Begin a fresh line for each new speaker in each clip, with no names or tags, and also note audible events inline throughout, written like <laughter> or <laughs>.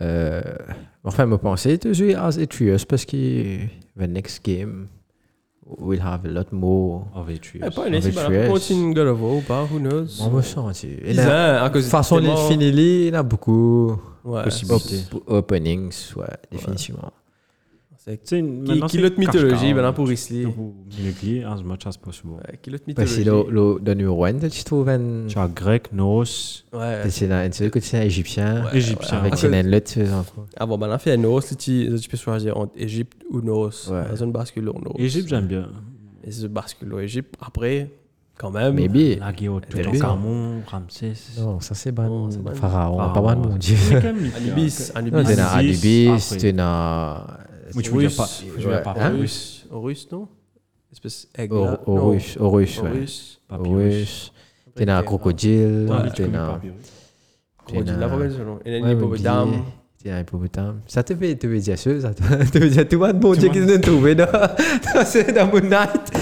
Eh, enfin, we pensé te zoeken als het juist, parce que the next game will have a lot more.
Of Atreus.
Eh, pas une
Avec
si, bah, on
US.
continue God of War ou pas, who knows.
On me sentit. Et
Ils ont,
la
à cause
façon de
tellement-
finir, il y en a beaucoup
Ouais,
Possibilité.
Op- openings, ouais, définitivement.
c'est-
Tu sais, une-
Qui,
maintenant,
qui
c'est
l'autre
Kafka,
mythologie, ben
hein.
là pour Risley.
Ou Mythologie as much as possible.
Ouais, qui l'autre
Parce que
mythologie.
le, le, de numéro 1, tu trouves un.
Tu as grec, norse,
Ouais.
C'est un, c'est un quotidien égyptien.
égyptien.
Avec
Ah,
ses
que-
nains, là, tu fais un peu.
Ah bon, ben là, fait Nos, là, tu, là, tu peux choisir entre Égypte ou Nos.
Ouais.
Dans une bascule ou
Oh,
Nos.
Égypte, j'aime bien.
Et ce bascule ou Égypte, après, quand même.
Maybe.
La guerre,
Très
Toutankhamon, Ramsès.
hein. Non, ça c'est
Non,
bon.
c'est pas-
Pharaon,
Pharaon,
pas mal, mon
ouais.
dieu.
Mais quand même, hein. il y a-
Anubis.
Non,
Anubis.
t'es dans Anubis,
Après.
t'es dans.
Moi, tu voulais
Russe.
pas. Je voulais
Ouais.
pas.
Hein?
Russe.
Horus. Horus, non Espèce aigle.
Au
là.
au
Non.
russe, au russe, ouais.
Horus.
Au russe. T'es dans crocodile,
Ouais, tu
t'es
connais
dans.
Papyrus.
Crocodile,
T'es
la
dans-
crocodile, non. Et
Ouais, mais
l'hippopotame.
oublié. T'es dans hippopotame. Ça te fait, te fait dire ça, ça te <laughs> te fait dire tout le monde, bon dieu, qu'ils nous trouvent <laughs> dans. dans- C'est dans Moon Knight.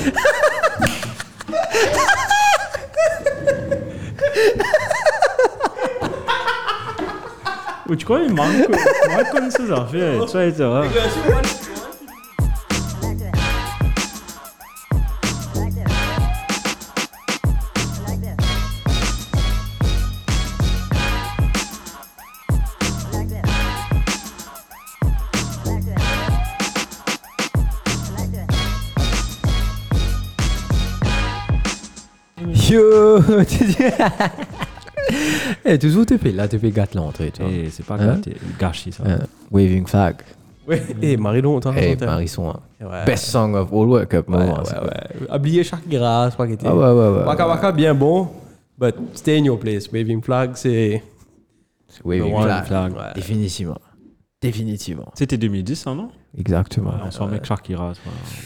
Oh, Tu connais Marco Marco, connaît ses affaires. Tu vois, il
<laughs>
était là.
Like this. Like this. Like this. Like this. Like this.
Yo! <laughs> tu dis- <laughs> Eh, toujours, tu fais là, tu fais gâte l'entrée, tu vois.
Eh, C'est pas
Hein?
gâté- gâché, ça.
Hein, Waving Flag.
<laughs> Ouais. Et Marilyn, t'as
Eh,
raconté.
Marisson, hein.
Ouais.
Best song of all World Cup,
Ouais,
moment,
ouais,
c'est quoi.
ouais. Oubliez chaque grâce, pas qu'était.
Ah ouais, ouais, ouais.
Waka Waka, bien bon, but stay in your place. Waving flag, c'est.
Waving
Waving
Flag.
Flag.
Ouais.
Définitivement. Définitivement.
C'était 2010, hein, non
Exactement.
On s'en met avec Shakira. ça.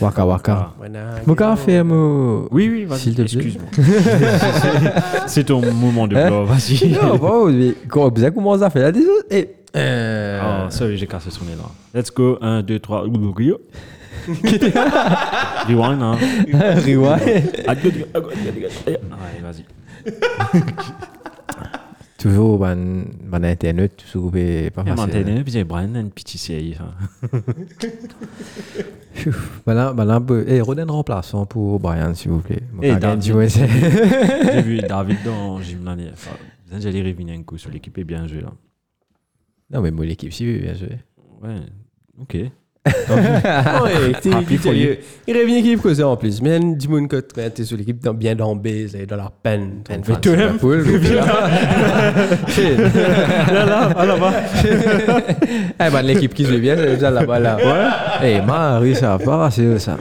Waka Waka.
When I
Mon
get
café,
old.
mon.
Oui, oui,
S'il
vas-y.
te plaît.
Excuse-moi. <laughs> C'est ton moment de
Hein
gloire, vas-y.
<laughs> Non, bon, mais comment ça commence à faire là des autres Et. euh, Oh,
Ah, sorry, j'ai cassé son nez là. Let's go, 1, 2, 3, Rio. <laughs> Rewind, hein.
<laughs> Rewind.
Ah, go, go,
Oh,
go, go, go, go. Ouais, vas-y.
Toujours, ben, ben, internet, tout se coupé pas
Et
mal.
maintenant, puis j'ai Brian, une petite série. hein. <laughs>
Ben là, ben là, peu- eh, redonne remplaçant pour Brian, s'il vous plaît. Mon
Eh,
gars,
David.
du moins, c'est-
J'ai vu David dans Gym l'année. Enfin, Zangeli Revinenko sur l'équipe est bien joué là.
Non, mais mon équipe, si, oui, bien sûr.
Ouais, ok.
Ah
<laughs>
Ouais, t'es-
Happy for you.
t'es- Il revient qui est causé en plus. Mais dis-moi que t'es sur l'équipe dans- bien dans base, là, dans la peine. Ton fan,
Enfin,
c'est
Liverpool, mais puis là- Shit. <laughs> Eh ben, l'équipe qui joue bien, c'est déjà là-bas, là. Eh, Marie, ça va, c'est ça.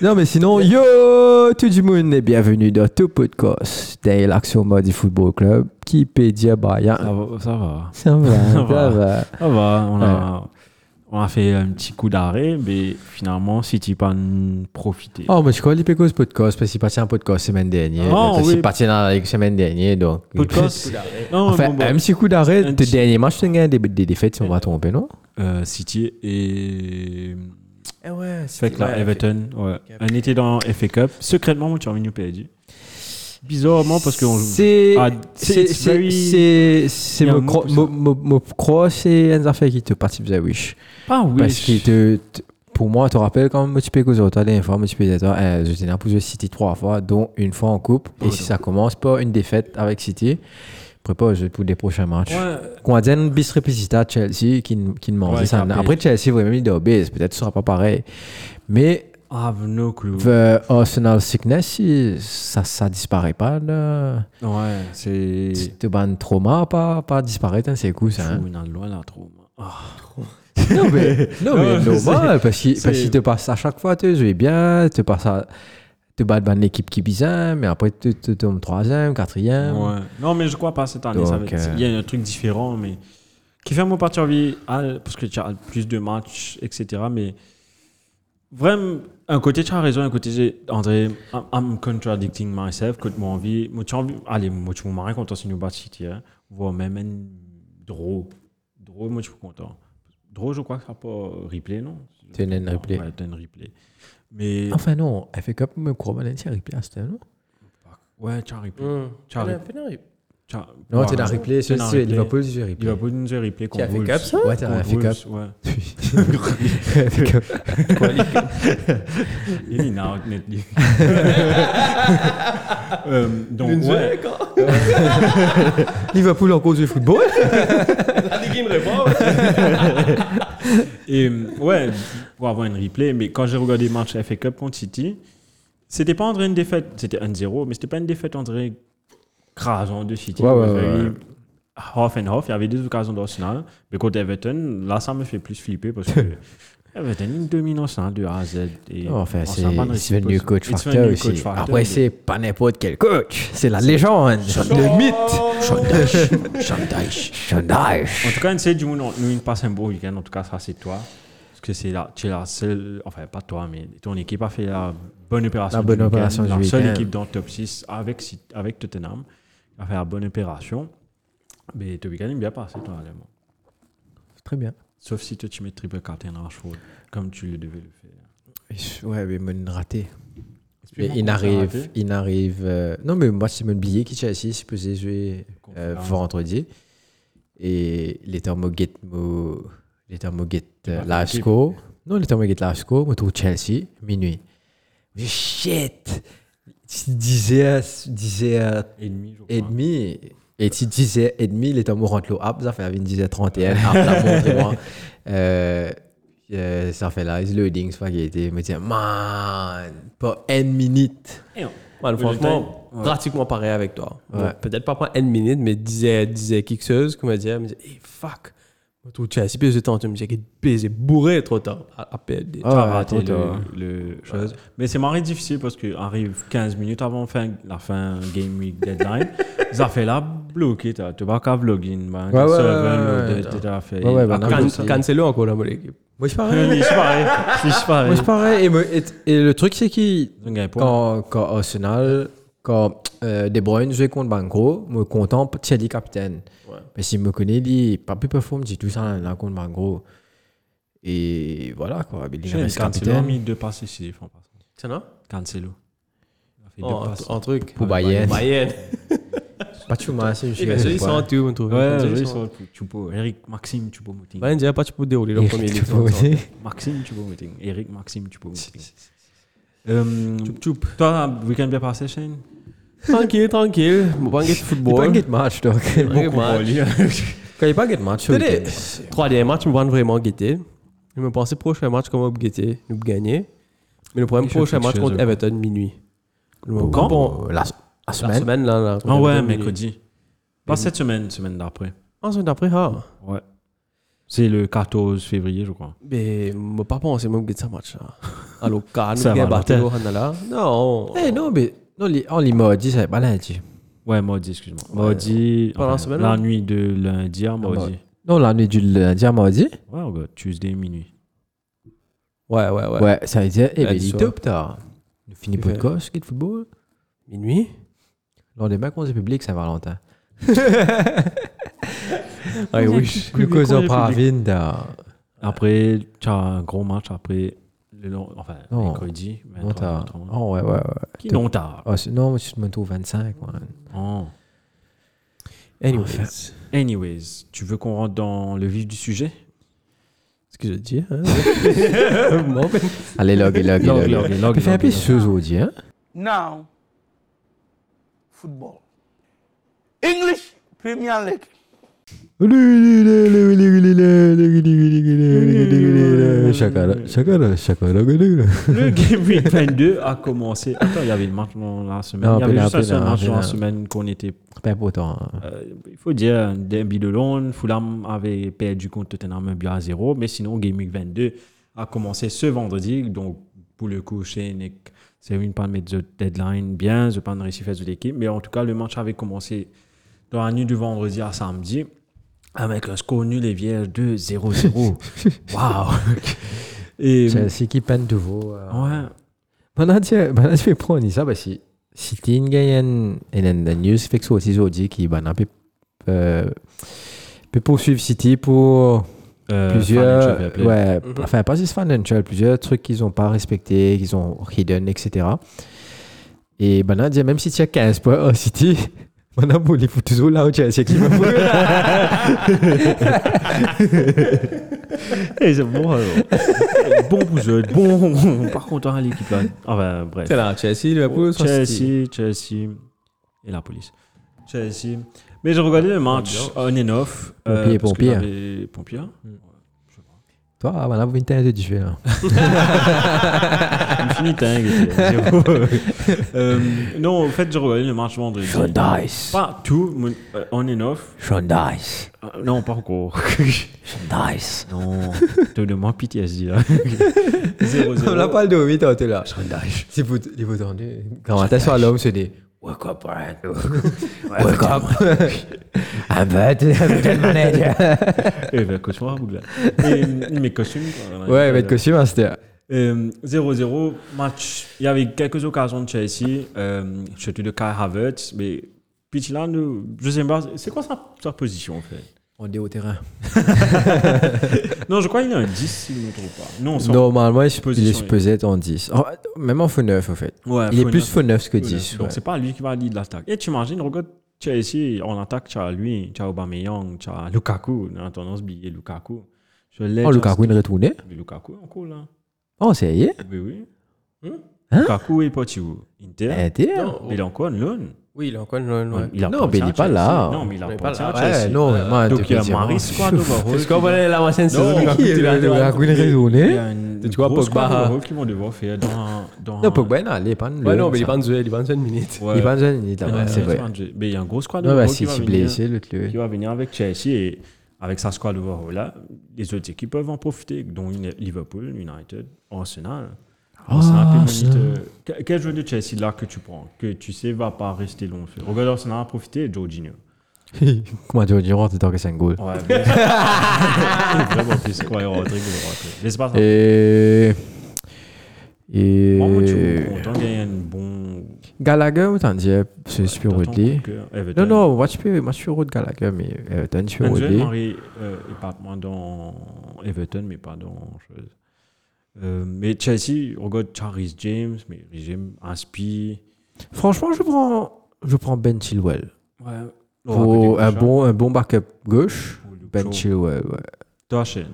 Non, mais sinon, yo, tout le monde et bienvenue dans tout podcast. T'es l'action mode du football club qui pédia Brian.
Ça va, ça va.
Ça va, ça
Ça va.
va.
Ça va, on a, on a fait un petit coup d'arrêt, mais finalement, City pas en profiter.
Oh, mais je crois qu'il peut cause podcast parce qu'il partit en podcast semaine dernière.
Ah,
parce
oui.
qu'il partit dans la ligue semaine dernière, donc.
Podcast. Non,
Enfin,
bon, bon.
même si coup d'arrêt,
Un
le
petit-
dernier match, tu as des, des défaites, si on va tromper, non?
Euh, City et.
Eh ouais, c'est
Fait que là,
ouais,
Everton, ouais. On était dans FA Cup. Secrètement, moi, tu as mis nous PSG. Bizarrement, parce qu'on joue.
C'est.
Ah,
C'est.
it's very-
C'est. C'est.
Il y a
Mon
un mot
cro-
pour ça.
mon- mon- mon croix, c'est un affaire qui te participe à Wish.
Pas oui.
Parce que te, te- pour moi, tu te rappelles quand même, tu peux causer autant des fois, tu peux dire, eh, je t'ai pour jouer City trois fois, dont une fois en coupe. Et si ça commence par une défaite avec City, prépare pour des prochains matchs. Qu'on a dit un bis repetita Chelsea qui, n- qui ne mange
Ouais,
ça.
qui a
Après, Chelsea, vraiment, il est obèse. Peut-être ce sera pas pareil. Mais
I have no clue.
The Arsenal Sickness, si- ça, ça disparaît pas. Là.
Ouais, c'est.
Tu te bannes trauma, pas, pas disparaître, hein, c'est cool ça. hein.
Fou, il en a loin là, trop. Ah,
Non, mais,
<laughs>
non, mais <laughs>
Non,
normal, parce qu'il
c'est-
parce qu'il te passe à chaque fois, tu joues bien, tu passes à. Tu bats devant l'équipe qui bizarre, mais après tu tu tombes troisième, quatrième.
ouais. Non, mais je crois pas cette année. ça va
Donc,
être-
euh,
Il y a un truc différent, mais. Qui fait mon partir vie, parce que tu as plus de matchs, etc. Mais. Vraiment, un côté tu as raison, un côté j'ai. André, I'm, I'm contradicting myself. Côté mon envie. Moi, tu as envie. Allez, moi, tu m'en marres quand on signe au Bad City. Hein. Voire même un draw. Draw, moi, je suis content. Draw, je crois que ça pas replay, non
C'est un replay.
Ouais, c'est un replay. Mais.
Enfin, non, elle fait comme me croire, mais elle tient à Ripley, à ce temps, non
Ouais, tu as replay.
Hum.
Tu as
Penal-
raison.
penal-
Mm. Non, t'es dans replay, c'est
dans
c'est
replay.
Liverpool, c'est replay.
Liverpool nous a replay
Qui
contre
a fait hein?
Wolves.
cap ça
Ouais, t'es dans la
Contre
FA
Wolves,
<laughs>
ouais.
<laughs>
Cup.
Il est narc, net.
<laughs>
Euh, Donc,
Une
ouais.
seule, quoi.
Liverpool en cause du football
Ah, des games réponds, ouais.
Et euh, ouais, pour avoir une replay, mais quand j'ai regardé le match FA Cup contre City, c'était pas André une défaite, c'était 1-0, mais c'était pas une défaite André crasante de City.
Ouais, ouais,
Il y avait
ouais.
eu Half and half, il y avait des occasions d'Arsenal, mais contre Everton, là ça me fait plus flipper parce
<laughs>
que Everton il domine Arsenal de A à Z. Et
Non, Oh, Enfin, c'est
Arsenal ne
c'est
réussit
devenu
pas-
coach
it's
factor
devenu
aussi.
coach factor,
Après,
mais-
c'est pas n'importe quel coach. C'est la légende. Le mythe.
<laughs>
Shandaich. Shandaich.
En tout cas, NC, nous, nous, une passe un beau week-end. En tout cas, ça, c'est toi. Parce que c'est la, tu es la seule, enfin, pas toi, mais ton équipe a fait la bonne opération.
La bonne
du week-end,
opération du
La seule
week-end.
équipe dans le top 6 avec, Si- avec Tottenham a fait la bonne opération. Mais ton week-end est bien passé, toi, allemand.
Très bien.
Sauf si toi, tu mets triple captain à Rashford, comme tu le devais le faire.
Ouais, mais mon raté.
Explique-moi
Mais il
comment t'as
n'arrive,
raté.
il n'arrive. euh, non, mais moi, c'est mon billet qui Chelsea. Je supposé jouer euh,
Conférence.
vendredi. Et les Thermoget, mo- les Thermoget euh,
pas
live
fait l'équipe.
score. Non, les Thermoget live score, me trouve Chelsea, minuit. Mais shit! 10 h 10 h
Et demi, je crois.
et demi. Et si 10 et demi, il est en mourant de l'eau. Hop, ça fait une 10h31. Hop, la ah, montre, moi. Euh, euh, ça fait là, it's loading, spaghetti. Il me dit, man, pas une minute.
Et on-
Man, franchement,
Ouais.
pratiquement pareil avec toi. Bon,
Ouais.
Peut-être pas pas N minute, mais disait, disait quelque chose, qu'on va dire, me disait, hey fuck, moi, tout Chelsea, puis j'étais en train de me dire, baisé, bourré trop tard. À, à peine.
Ah,
Tu as
ouais, toi,
raté
toi.
le, le chose. Mais c'est marré difficile parce que arrive 15 minutes avant fin, la fin game week
<laughs>
deadline. ça fait là bloqué, t'as- tu vas qu'à vlogger. Ben,
ouais,
serveur,
ouais,
le-
ouais.
t'as- t'as fait.
Ouais, ouais,
À
ben,
cause de
Can-
ça.
Cancelo encore là, mon équipe.
Moi, je parais.
Oui, c'est pareil. C'est pareil.
Moi, je parais. Et, me- et- et le truc, c'est que
Ils ont gagné pour-
quand, quand Arsenal, quand euh, De Bruyne jouait contre Bangro, me content, c'est dit capitaine.
Ouais.
Mais s'il me connaît, il dit, pas plus performe, j'ai tout ça là, contre Bangro. Et voilà, quoi. Il
J'ai
reste
Cancelo a
capitaine.
mis deux passes décisives en passant.
C'est non?
Cancelo. Il a fait deux
Oh,
passes.
un, un truc.
Pour Bayern.
Bayern.
Pas de chômage, c'est
Et bien, ceux, <laughs> ils sont en tout, on
oh,
trouve.
Ouais,
Ceux,
ouais,
ils
ils
sont-
sont- Chupo, Eric Maxime Choupo-Moting.
Bayern, déjà, pas tu peux dérouler leur premier livre.
Maxime Choupo-Moting. Eric Maxime Choupo-Moting. Euh, Toi, week-end bien passé, Shane
Tranquille, tranquille. Mon banquet de
Pas
football.
de match, donc.
Banquet de match.
<laughs>
Quand il n'y a pas de match, au
Tenez,
week-end.
Trois derniers matchs me rendent vraiment guetté. Je me pensais prochain match comment vous guetter, nous gagner. Mais le problème,
Je fais
prochain
quelque
match
chose,
contre
quoi.
Everton, minuit. Le moment-
Quand
bon,
Euh, la, la
La
semaine.
semaine, là. là, contre
Ah ouais,
Everton, minuit.
mercredi. Pas cette semaine, semaine d'après.
Ah, semaine d'après, ah.
Ouais. C'est le 14 février, je crois.
Mais je ne pas pensé que guetter ce match. là. Alors, quand nous
Ça
gagnons
va,
Bartolo, on a là. Non.
Eh non, mais non, les, on les mardi, c'est pas lundi.
Ouais, mardi, excuse-moi. Mardi.
Pendant la semaine,
La Ah,
là
nuit de lundi à mardi.
mardi. Non, la nuit du lundi à mardi.
Ouais, regarde, Tuesday minuit.
Ouais, ouais, ouais.
Ouais, ça veut dire, eh ben,
Lundi
il est
soir.
top, t'as. On finit
Il
pas de
fait-
gauche, qui de football.
Minuit.
L'un des mecs, on se public,
<laughs>
Saint-Valentin.
Ah oui.
<laughs> Plus cause en pravine, t'as.
Après, tu as un gros match après. Le long, enfin,
Non.
mercredi.
Non,
23,
t'as.
23.
Oh, ouais, ouais, ouais.
Qui non, t'as.
Ah, c'est- non, je me trouve 25, ouais.
Oh.
Anyways.
Anyways, tu veux qu'on rentre dans le vif du sujet
Ce que je dis. Hein. Bon, ben,
Allez, log,
<laughs>
log,
Log,
log.
log,
log.
log,
Il fait un
log,
peu
log.
ce aujourd'hui, hein.
Now, football. English Premier League.
Chacun, chacun, chacun.
<laughs> Le Game Week 22 a commencé. Attends, il y avait le match dans la semaine.
Non,
il y avait
pénal,
juste un seul
pénal,
match dans la
pénal.
semaine qu'on était.
Pas important. hein.
euh, il faut dire, un derby de Londres. Fulham avait perdu contre Tottenham un but à zéro. Mais sinon, Game Week 22 a commencé ce vendredi. Donc, pour le coup, chez Nick, c'est une panne de the deadline. Bien, je pas de réussite de l'équipe. Mais en tout cas, le match avait commencé dans la nuit du vendredi à samedi. Avec un score nul et vierge
<laughs>
de 0-0. Waouh! Et.
Chelsea qui peine de euh. vos.
Ouais.
Maintenant, tu maintenant, tu fais prendre ça parce que si tu gagnes et then the news fixe aussi aujourd'hui qui ben, on peut, euh, peut poursuivre City pour
Euh, financial
plusieurs
fair play.
ouais enfin pas juste financial plusieurs trucs qu'ils ont pas respecté qu'ils ont hidden etc et ben là, tu sais, même si tu as 15 points au City <laughs> Maintenant, pour les foutus au là où tu as essayé qu'il me fout.
Eh, c'est bon, alors. <laughs> bon bougeur, bon. Par contre, hein, l'équipe là. Ah ben, bref.
C'est là, Chelsea, Liverpool, Son City.
Chelsea, Chelsea et la police. Chelsea. Mais j'ai regardé le match on and off.
Pompier,
euh, parce que
pompier.
j'avais- Pompier.
Toi, maintenant, vous venez de hein. du <laughs> jeu.
Infinitingue.
<laughs>
c'est- Euh, non, en fait, j'ai regardé le match vendredi.
Dice.
Pas tout, mais, euh, on and off.
Sean Dice.
Euh, non, pas encore.
<laughs> Sean Dice.
non, te demande PTSD
<laughs>
là. 0
On n'a
0
pas le dos, oui, t'es t'es là. Sean Dice. Si vous les vous entendez, quand t'as sur l'homme, c'est des Wake up, Brian. Wake up. I'm bad, I'm the manager.
Eh ben, costume à bout, là. Et, mes costumes. quoi.
Ouais, mais de costume, hein, c'était.
Euh, 0-0, match. Il y avait quelques occasions de Chelsea, euh, surtout de Kai Havertz, mais Pitchland, euh, je sais pas, c'est quoi sa, sa position en fait
On est au terrain.
Non, je crois qu'il est un 10, si je ne me trompe pas. Non, sans-
Normalement, il est
Position,
supposé- supposé être en 10. En- Même en faux 9, en fait.
Ouais,
Il est
faut
plus
une-
faux 9 que
faut une-
10.
Donc,
ouais.
c'est pas lui qui va lead l'attaque. Et tu imagines, regarde, Chelsea, en attaque, tu as lui, tu as Aubameyang, tu as Lukaku. On a tendance à oublier Lukaku. Je l'ai.
Oh,
tu as-
Lukaku, il est retourné.
Mais Lukaku, encore là.
Oh, c'est hier.
Oui, oui.
Hein
Lukaku est parti où Inter.
Eh, t'es
Non.
Mais il est encore en loan.
Oui, il est encore loin, loin.
Il a
Non,
appartient
mais il est
à
pas
Chelsea.
là.
Non, mais il
Il est
appartient
pas
à
là.
Ouais,
Chelsea.
non, mais moi,
Donc
depuis
il y a
le dimanche,
Maris
je
Squad
suis
<laughs> overall.
Parce qu'on connaît la ancienne
Non,
saison.
qui est Lukaku, il est raisonné.
Il y a une
Tu vois,
grosse
Pogba.
squad overall qu'ils vont devoir faire dans.
<laughs>
dans
Non, Pogba, non, il est pas en
Ouais,
le-
non, mais il est
ça.
pas en duel, il est pas en duel minute.
Ouais.
Il est pas en zone, il est là-bas,
Ouais,
c'est vrai.
Squad- Mais il y a un gros squad
Non, bah,
overall
si
qui va
tu
venir-
blessé, l'autre, le.
qui va venir avec Chelsea et avec sa squad overall là, les autres équipes peuvent en profiter, dont une- Liverpool, United, Arsenal. Arsenal,
Arsenal.
puis Manchester. euh, Que- Quel joueur de Chelsea là que tu prends, que tu sais va pas rester long. Regarde Arsenal a profité, et Jorginho.
<laughs> Comment tu vas dire, t'es tant que 5 goals. <laughs>
Ouais, mais- vraiment plus quoi, Rodrigo. L'espace.
Et.
Vraiment, tu
Et.
es content qu'il y ait un bon.
Gallagher, autant dire, c'est super
T'attends
Rodley.
que
Non,
Everton-
non, moi, je peux- moi, je suis road Gallagher, mais euh, Everton, je suis
Angel
Rodley.
Henry euh, est pas moins dans Everton, mais pas dans. chose. Euh, mais Chelsea, on regarde Charles James, mais James, Aspi.
Franchement, je prends, je prends Ben Chilwell.
Ouais.
Pour Oh, un bon, un bon backup gauche, Ben
Bench.
Chilwell, ouais.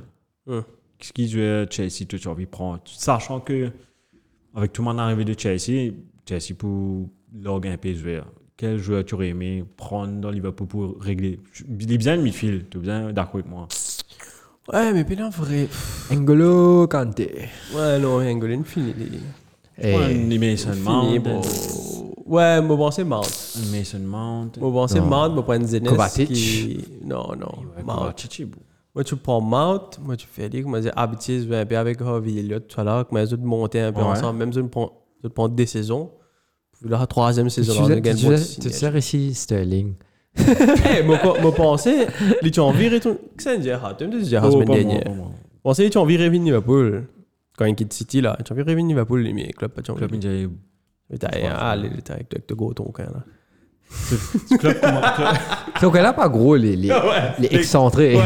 Hum.
Qu'est-ce qu'il joue à Chelsea, tu as envie de prendre Sachant que, avec tout le monde arrivé de Chelsea, Chelsea pour l'orgue un PSV, quel joueur tu aurais aimé prendre dans Liverpool pour régler Tu- Il est bien le midfield, tu es bien d'accord avec moi.
Ouais, mais puis là, en vrai.
N'Golo Kanté.
Ouais, non, Angolin, fini. il est-
Prends un Mason Mount.
Fini, bon. Ouais, mon bon, c'est Mount.
un Mason Mount.
Mon bon, c'est
Non.
Mount, mon point de Zenes.
Kovacic.
qui- Non, non,
Ouais,
Mount.
Kovacic, bah, bon.
Moi, tu prends Mount, moi, tu fais aller, comment dire, Abitiz, un peu avec Harvey Elliott, tout à l'heure, mais les autres montaient un peu
Ouais.
ensemble, même si on prend, on prend des saisons. Puis là, troisième
Tu
saison, là, on a
sais-
gagné
tu
moi,
sais-
tu
tu
signes.
sais ici Sterling.
Hey, moi, quoi- moi, pensais, ils t'ont viré tout. Qu'est-ce que c'est, tu me dis, j'ai la
Oh,
semaine
pas moi,
dernière.
pas moi.
Pensez, ils t'ont viré Vin Liverpool. Quand ils quittent City, là, ils t'ont viré Vin Liverpool, les mecs, club, pas t'ont
Klopp,
viré.
il dirait-
Mais t'as- Ah, les les- t'as avec avec le goton, quand là.
Klopp, <laughs> comment- Klopp-
Donc elle a pas gros les, <laughs> les, les excentrés.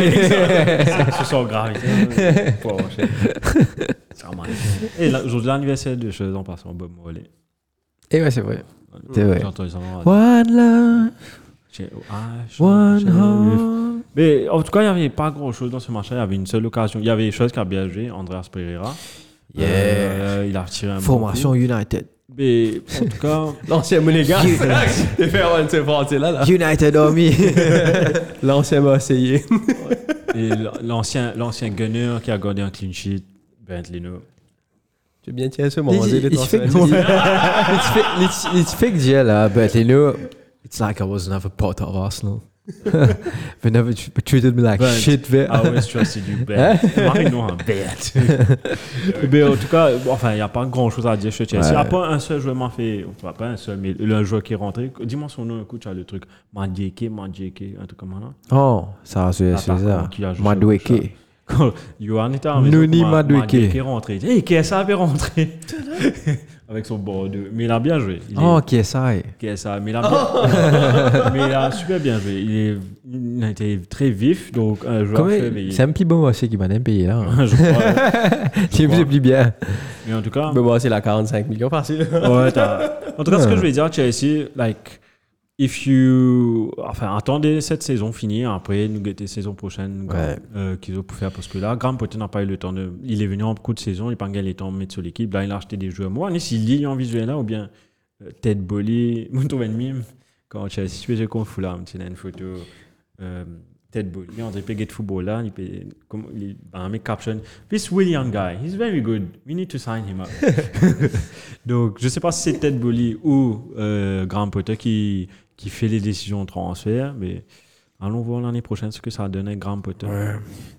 Ce soir, grave. hein. <laughs> Pour avoir cher. C'est vraiment- Et là, aujourd'hui, l'anniversaire de choses en passant, Bob Morley.
<laughs> Et ouais, c'est vrai. C'est vrai.
J'ai entendu ça dans la radio.
One love,
J'ai- ah, je-
one
j'ai-
home.
Mais en tout cas, il n'y avait pas grand chose dans ce match Il y avait une seule occasion. Il y avait des choses qui a bien joué, Andreas Pereira.
Yeah.
Euh, il a retiré un bon
Formation
coup.
United.
Mais en tout cas, <laughs>
L'ancien Monégas, <laughs> t'es fait avoir une séparation là,
Ah.
là.
United <laughs> Army.
L'ancien m'a essayé.
et l- l'ancien l'ancien gunner qui a gardé un clean sheet, Bernd Leno.
J'ai bien tiré ce
Il
moment,
il-
j'ai
il se fait que <laughs> il se fait- il se fait que j'ai là, but you know, it's like I was never part of Arsenal. <laughs> They never tr- treated me like
But
shit. Hein? they-
I always trusted you, Bernd. Marino, un Bernd. hein. <laughs> Mais en tout cas, bon, enfin, il n'y a pas grand chose à dire chez Chelsea. Il n'y a
Ouais.
pas un seul joueur m'a fait. Enfin, pas un seul, mais le joueur qui est rentré. Dis-moi son nom, écoute, tu as le truc. Mandieke, Mandieke, un truc comme
<laughs>
ça.
Oh, ça c'est c'est
L'attaquant
ça.
qui a joué sur le
Madweke.
Quand Johan était à la maison,
Noni
Ma-
Madueke.
Madueke est rentré. Eh, Il dit, Hey, KSA est rentré. Avec son bord de. Mais il a bien joué. Il est-
Oh, qui est ça eh.
KSA, mais il a
<laughs>
bien- mais il a super bien joué. Il, est... il a été très vif, donc un joueur
Comment-
réveillé. <laughs>
C'est un petit bon aussi qui m'a même payé <laughs> là.
Je crois.
Tu me
crois.
plus bien.
Mais en tout cas, <laughs>
Mais moi, c'est la 45 millions facile.
ouais, t'as- en tout cas, ce que je vais dire, Chelsea, like, if you. Enfin, attendez cette saison finie. Après, nous guettez saison prochaine.
Ouais.
euh, qu'ils ont pu faire parce que là, Graham Potter n'a pas eu le temps de. Il est venu en coup de saison, il n'a pas gagné le temps de mettre sur l'équipe. Là, il a acheté des joueurs. Moi, on est si Lille en visuel là ou bien euh, Ted <laughs> Bolly, Moutou Ben Mim. Quand tu as situé contre Fulham, tu as une photo. euh, Ted Bolly, on dirait Peguet de football là. Il peut- comment- il- ben, mes captions. This William guy, he's very good. We need to sign him up. Donc, je ne sais pas si c'est Ted Bolly ou euh, Graham Potter qui, qui fait les décisions de transfert, mais. Allons voir l'année prochaine ce que ça a donné Graham Potter.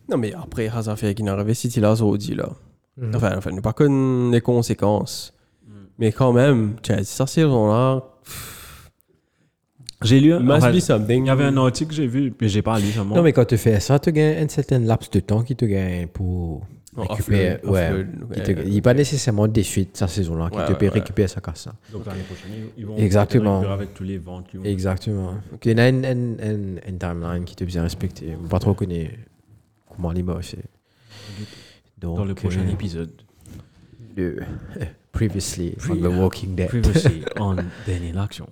Non, mais après, Hazard fait qu'il arrivé, City là, ça dit là.
Mm.
Enfin, enfin, nous pas connu les conséquences. Mais quand même, tu as ça, c'est là.
J'ai lu. un-
Must
enfin,
be something.
il y avait un article que j'ai vu, mais j'ai pas lu seulement.
Non, mais quand tu fais ça, tu gagnes un certain laps de temps qui te gagne pour
Oh,
récupérer.
offload,
ouais,
offload,
qui
ouais,
te-
ouais,
il n'est pas nécessairement déçu de sa saison-là, qui
Ouais,
te
ouais,
peut
ouais.
récupérer sa casse. là.
Donc l'année prochaine, ils- ils vont
Exactement.
peut-être récupérer avec tous les ventes. qu'ils vont-
Exactement. Il y a une, une- une- une timeline qui te bien respecter. On va trop connaître comment les mots, c'est. Donc,
Dans le prochain
euh,
épisode.
de <laughs> Previously on The Walking Dead. <laughs>
Previously on Daniel Action.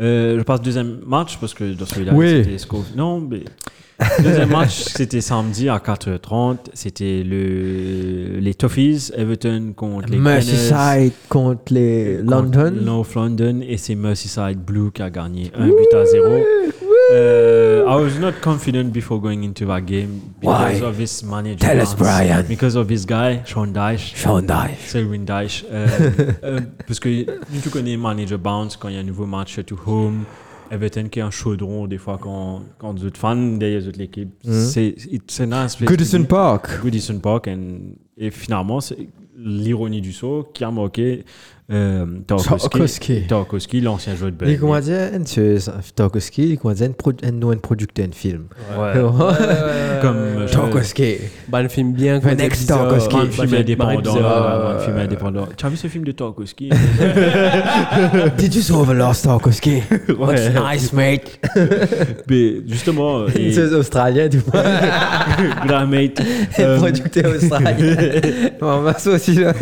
Euh, je passe deuxième match parce que dans celui-là,
Oui.
c'était Scof- Non, mais. Deuxième match, c'était samedi à 4h30. C'était le... les Toffees, Everton contre les Gunners.
Merseyside contre les London.
contre North London et c'est Merseyside Blue qui a gagné 1 but à 0. I was not confident before going into that game because
Why?
of his manager.
Tell us,
Hans.
Brian.
Because of this guy, Sean Dyche.
Sean Dyche.
Selwyn Dyche. Euh, euh, parce que tu connais Manager Bounce quand il y a un nouveau match to home. Everton qui est un chaudron des fois quand, quand les autres fans derrière les autres équipes. C'est it's a nice place to be.
Park.
Goodison Park. and- et finalement, c'est l'ironie du saut qui a marqué euh, Tarkowski,
Tarkowski.
Tarkowski, l'ancien joueur de
Il
Burnley.
commence à dire, Tarkovsky, il commence à dire, un producteur de film. <laughs>
Ouais. Comme euh,
Tarkovsky.
Bah, le film bien. comme
next
bizarre.
Tarkovsky.
un
Bah,
film
bah,
indépendant.
bizarre.
là,
ouais,
un
ouais,
film
ouais.
indépendant. Tu as vu ce film
<laughs>
de Tarkowski
Did you saw the last Tarkovsky? What's
Ouais.
nice, mate?
Mais justement, euh, <laughs>
<laughs>
et
C'est australien, du coup.
Gramate,
Un
euh,
producteur australien. On va ça aussi, là.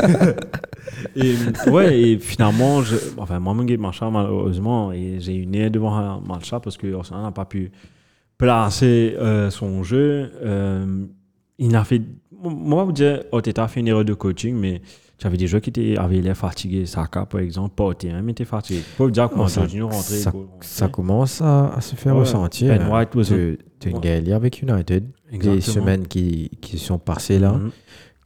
et, ouais, et finalement, je, enfin, moi, mon game marcha, malheureusement, et j'ai eu nez devant un marcha parce que Arsenal n'a pas pu placer euh, son jeu. Euh, il a fait, moi, vous dire, Oteta a fait une erreur de coaching, mais j'avais des joueurs qui étaient, avaient l'air fatigués. Saka, par exemple, Potter, même était fatigué. Pauvre dire comment
Ah, ça-
Jorginho rentrait.
ça-
quoi.
Ça commence à, à se faire
Ouais.
ressentir.
Ben
hein.
White was
Tu tu as une
Ouais.
galère avec United.
Exactement.
Les semaines qui, qui sont passées là,
Mhm.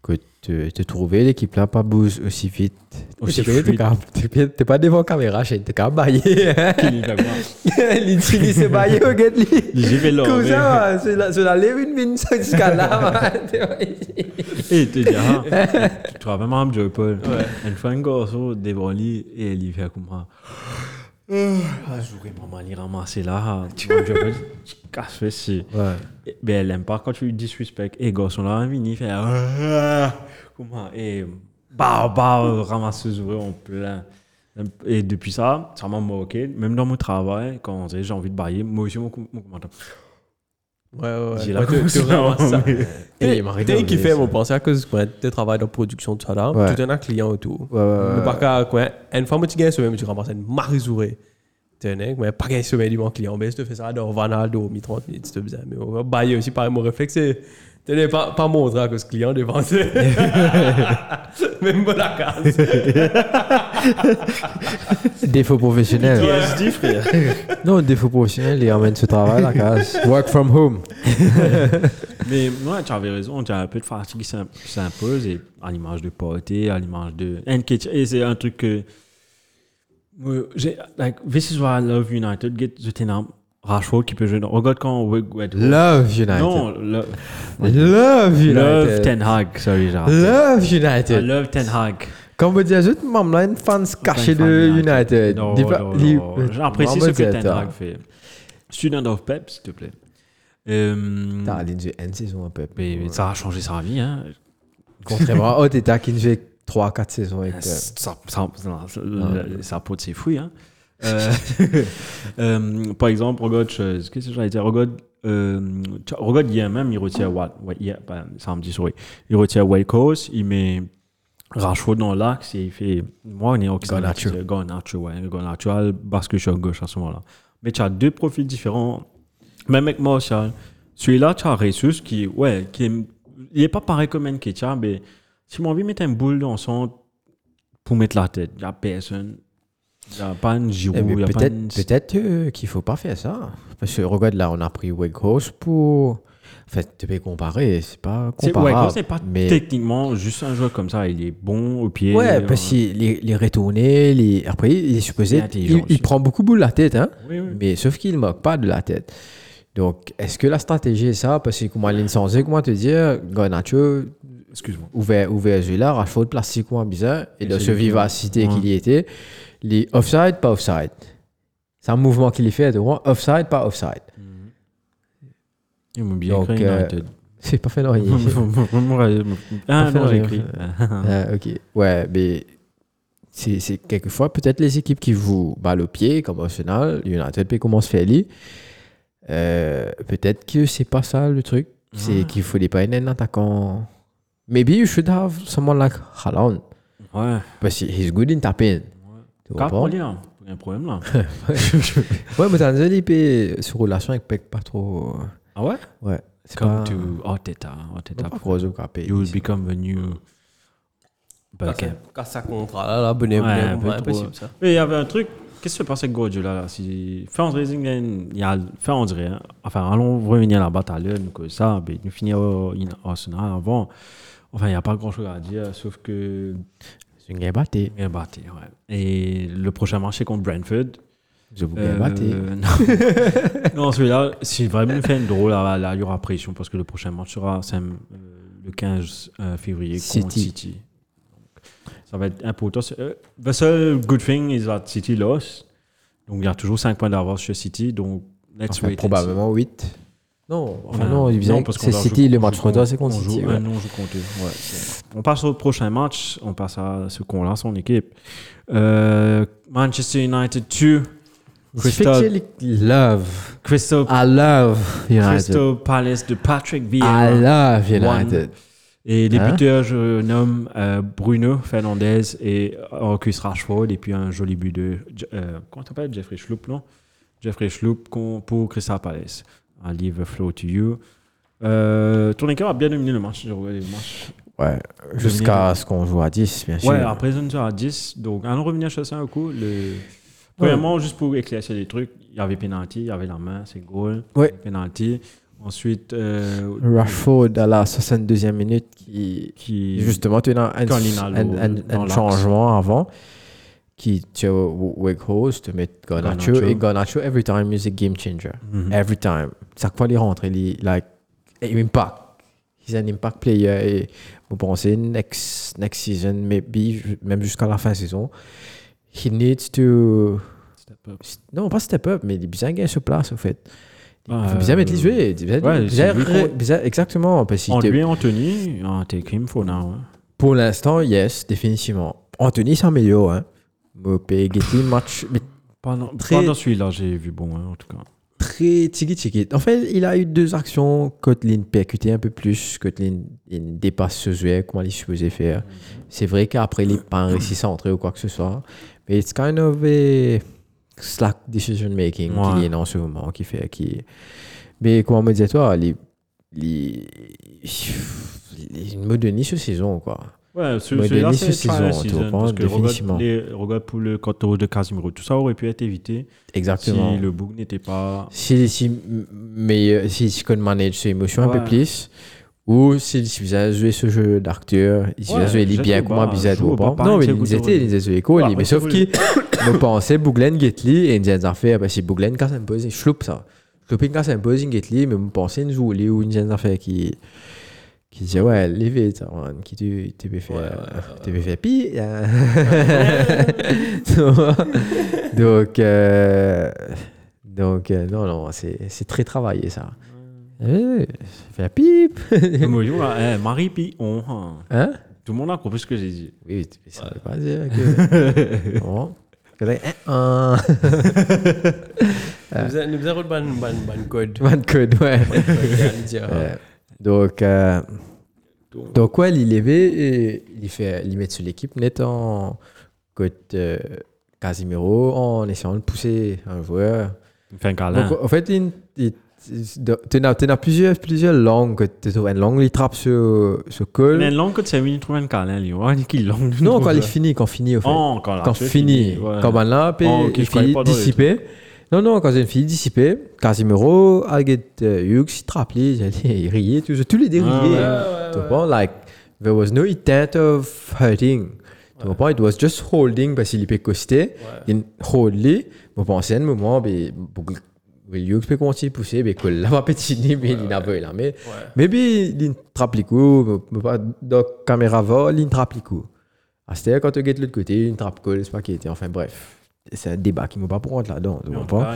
que tu te trouvais l'équipe là pas bouge aussi vite.
Aussi
T'es- t'es
fluide.
capable- t'es- T'es t'es pas devant caméra, chez t'es capable bailler.
Kylian Mbappé.
<laughs> L'utilise c'est bailler au get li.
J'ai fait l'or.
Comme
mais-
ça, ouais, c'est la- c'est la lève une mine jusqu'à là. ouais, t'es vrai.
Et il te dit, ah, tu te rappelles même Joe Paul. Une fois, un garçon débranlé et il fait comme ça. Ah, j'aurais maman les ramasser là. Tu vois, Joe Paul, tu casses fessier.
Ouais.
Et- Ben, elle aime pas quand tu lui disrespectes. Et garçon là, il fait, ah, comment, et bah, bah, ramasseuse, ouais, en plein. Et depuis ça, ça m'a moqué. Même dans mon travail, quand tu sais, j'ai envie de bailler, moi aussi, mon, mon commentaire.
Ouais, ouais, Bah, ouais.
J'ai la
Ouais, tu- tu
conscience, <laughs>
ramasses ça.
mais-
Et
T'es
il m'a
t'es
regardé,
qui fait
ça.
mon penser à cause de tu travailles dans la production, tout ça là.
Ouais.
Tu donnes un client autour.
Ouais, ouais, ouais.
Mais par cas, quoi, une fois que tu gagnes sommet, mais tu remportes une marie sourée. Tu sais, mais pas gagner sommet du bon client. Mais si tu fais ça dans Vanaldo, mi 30 minutes, c'est bizarre. Mais on va bailler aussi par mon réflexe. c'est- Tu sais, pas, pas montrer à cause de client devant ça. Même pas la case.
Défaut professionnel.
PSD, frère.
Non, défaut professionnel, il ramène ce travail là, casse. Work from home.
Mais moi, tu avais raison, tu as un peu de fatigue qui s'im- qui s'impose, et à l'image de Poté, à l'image de Nketiah, et c'est un truc que. Moi, j'ai- Like, this is why I love United, get Tottenham, Rashford qui peut jouer. dans- Regarde quand Wegwed.
Love United.
Non, lo-
Love United.
Love Ten Hag, sorry, j'ai raté.
Love
I
United.
love Ten Hag.
Quand vous dites juste, maman, là, une fans cachée de United.
Non,
Dis pas-
non,
dis-
non. J'apprécie ce
Maman,
que
dis,
Ten Hag
attends.
fait. Student of Pep, s'il te plaît. Euh,
T'as allé une une saison un peu.
mais- mais ça a changé sa vie, hein.
Contrairement à Oteta qui ne fait 3-4 saisons avec. euh,
Ah, ça, ça, ça, ça- euh, ça peau de ses fruits. Hein. Euh, <laughs> euh, par exemple, regarde, je- qu'est-ce que j'allais dire Regarde, euh, tu- regarde, hier même, il retire Watt. Ouais, hier, ben, samedi, sorry. Il retire White Coast, il met Rashford dans l'axe et il fait. Moi, on est au
Garnacho.
Garnacho, ouais. Garnacho, parce que je suis à gauche à ce moment-là. mais tu as deux profils différents. Même avec Martial, celui-là, tu as Ressus qui, ouais, qui est, il n'est pas pareil comme Nketia, mais si mon envie de mettre une boule dans son pour mettre la tête, il n'y a personne. Il n'y a pas une Giroud,
Eh,
il
mais
n'y a pas
peut-être
une-
peut-être, euh, qu'il ne faut pas faire ça. Parce que regarde, là, on a pris Weghorst pour. En fait, tu peux comparer, c'est pas
C'est- ouais,
comparable.
c'est pas
mais...
techniquement juste un joueur comme ça, il est bon au pied.
Ouais,
euh,
parce qu'il les, les retourner, les... après, il est supposé.
Il est
Il,
intelligent
il
aussi.
prend beaucoup de boule la tête, hein.
oui, oui.
Mais sauf qu'il ne moque pas de la tête. Donc, est-ce que la stratégie est ça Parce que comment l'insensé, comment te dire, Garnacho,
Excuse-moi.
ouvert, ouvert jeu là, Rashford plastique ou un bizarre, et
Et
de
c'est
ce
lui qui-
vivacité
Ouais.
qu'il y était, les offside, pas offside. C'est un mouvement qu'il y fait, tu vois, offside, pas offside.
Il m'a bien
Donc,
écrit
euh, <laughs>
United.
C'est pas fait
<laughs>
l'oreiller.
Ah
Parfait,
non, j'ai
ouais.
écrit. Hein.
Ah, ok. Ouais, mais c'est c'est quelquefois peut-être les équipes qui vous ballent au pied, comme Arsenal, United, puis comment se fait aller. Euh, peut-être que c'est pas ça le truc.
Ah.
C'est qu'il faut des pas un attaquant. Maybe you should have someone like Haaland.
Ouais.
Parce que he's good in tapping. Tu vois
Car
pas?
hein. pour lire, il y a un
<laughs>
problème là.
Ouais, mais t'as un LP sur relation avec Peck, pas trop. euh,
Ah ouais?
Ouais. Ah. C'est
Come
pas...
to Arteta. Arteta.
pas gros ou capé.
You will become the new. Bucket.
Casse sa contrat, là, là, bonnet,
Ouais,
bonnet,
un peu
bonnet,
trop.
impossible, ça.
Mais il y avait un truc. Qu'est-ce qui se passe avec Gordio là, là si... Fait on dirait, il y a une- il y a- fait on dirait, hein. enfin allons revenir là-bas tout à l'heure, nous, que ça, ben, nous finir au in- Arsenal avant. Enfin, il n'y a pas grand-chose à dire, sauf que.
C'est une gabaté.
Bien batté, ouais. Et le prochain match, c'est contre Brentford.
Je vous
Euh,
gabaté.
non. <laughs> non, celui-là, si vraiment il fait une drôle, là, là, il y aura pression parce que le prochain match sera c'est, euh, le 15 euh, février contre
City.
City. Donc, ça va être important. C'est, euh, the seul good thing is that City lost. Donc, il y a toujours 5 points d'avance chez City. Donc, let's
Enfin,
wait and see.
probablement 8. Non, enfin
Enfin,
non, il vient-
parce qu'on
c'est
doit
City,
jouer-
le
on
match
joue
retour,
contre-
c'est contre
on joue
City.
un,
ouais.
non, on joue contre eux. Ouais, c'est bon. on passe au prochain match. On passe à ce qu'on lance son équipe. Euh, Manchester United 2, Crystal,
Crystal love.
Crystal,
I love United.
Crystal Palace de Patrick
I
Vieira.
love United.
Et les
Ah Hein?
buteurs, je nomme euh, Bruno Fernandez et Marcus Rashford. Et puis un joli but de. Je- euh, comment t'appelles Jeffrey Schlupp, non Jeffrey Schlupp con- pour Crystal Palace. I leave the flow to you. Euh, ton équipe a bien dominé le match. J'ai regardé le match.
Ouais, jusqu'à ce qu'on joue à 10, bien sûr.
Ouais, après on sera à 10. Donc, allons revenir sur ça un coup. Le... Premièrement, juste pour éclaircir les trucs, il y avait penalty, il y avait la main, c'est goal.
Ouais.
Penalty. Ensuite, euh,
Rashford à la 62e minute qui
qui.
justement tu as un,
Cardinal
un, un-
au-
un-
dans
un
l'axe.
changement avant qui tu as Weghorst tu mets Garnacho
Garnacho.
et Garnacho every time is a game changer
Mhm.
every time chaque fois il rentre il est like il impact he's an impact player et vous pensez next next season maybe ju- même jusqu'à la fin de saison he needs to
Step up.
non pas step up mais il est bien gagné sur place au fait il
Ah,
faut bien mettre
euh,
les yeux il faut
ouais,
bien-
c'est lui
bien-
qu'on-
bien- exactement parce qu'il
En
était-
lui, Anthony, ah, t'es crime for now. hein.
pour l'instant, yes, définitivement. Anthony s'améliore. Hein. Mope, Getty, match mais
Pendant,
Très-
pendant celui-là, j'ai vu bon, hein, en tout cas.
très tiki tiki. En fait, il a eu deux actions. Kotlin percuté un peu plus. Kotlin il dépasse ce jouet, comment il est supposé faire. C'est vrai qu'après, il n'est pas un récit centré ou quoi que ce soit. Mais it's kind of a slack decision making
Ouais.
qu'il y a dans ce moment qui fait. Qui... Mais comment me disais-toi, les. les... Il me donne ce saison, quoi.
Ouais, ce-
Mais
celui-là,
Denis,
c'est
ce
trial
saison, tu
season,
reprends
parce que
définitivement.
regarde, les, regarde pour le contour de Casimiro. Tout ça aurait pu être évité
Exactement.
si le bug
<laughs>
n'était pas.
si si mais euh, si si qu'on manage ses émotions un
Ouais.
peu plus ou si si vous avez joué ce jeu d'acteur si vous
Ouais,
avez joué les
j'aime
bien
pas,
comment vous
joue
avez
pas
pas
pareil,
non mais
c'est
ils
good
étaient
story.
ils étaient
Ah,
cool
Ouais,
bah,
mais sauf
après,
qu'ils me pensaient Bouglen Getli et ils ont fait parce que bah, Bouglen quand ça me pose chloupe ça chlouping quand ça me pose Getli mais me pensais une jolie ou une affaire qui qui disait ouais levez ça man, qui tu tu peux
Ouais, ouais,
faire
ouais,
tu peux faire pi <laughs> euh. donc euh, donc, euh, non, non, c'est c'est très travaillé, ça. Euh, ça fait la pipe.
Moi, je vois, eh, Marie puis on. hein.
Hein
Tout le monde a compris ce que j'ai dit.
Oui, mais ça ne veut pas dire que... <laughs> Bon. Que là, hein, hein.
Nous a- nous a reçu ban- ban- ban <laughs> code.
One code, ouais.
Ban code, à nous dire,
Euh, donc, euh,
Donc-
donc, ouais, il est levé et il fait il met sur l'équipe net en côté euh, Casimiro en essayant de pousser un joueur.
Enfin, câlin.
Donc, en fait, il, il, il- de- tu as, tu as plusieurs, plusieurs langues. que Tu as une langue qui trappe sur, sur col.
Mais long que tu as mis, trouve un câlin, lui. Ouais, qui long.
euh,
<laughs>
Non, quand il finit, quand finit, au fait.
Oh, quand la
quand
tu es
fini,
ouais.
quand man là, puis
Oh, ok,
une
je croyais
fille
pas dans les
dissipée. Non, non, quand j'ai une fille dissipée, Casimiro, Aguette Hughes, il te rappelait, j'allais il riait, tout ça, tous les deux
Ah,
riaient.
ouais,
Tu comprends? Like, there was no intent of hurting. Tu comprends? It was just holding, parce qu'il peut coster. Il hold lui. Je pensais un moment, ben, beaucoup- ben, Hughes peut continuer à pousser, mais que <laughs> là, va pétiner, mais il n'a pas là. Mais, maybe, il trappe les coups, mais pas dans la caméra va, il trappe les coups. Ah, C'est-à-dire, quand tu guettes de l'autre côté, une trappe colle, c'est pas qui était. Enfin, bref. C'est un débat qui ne va pas prendre là-dedans. tu comprends?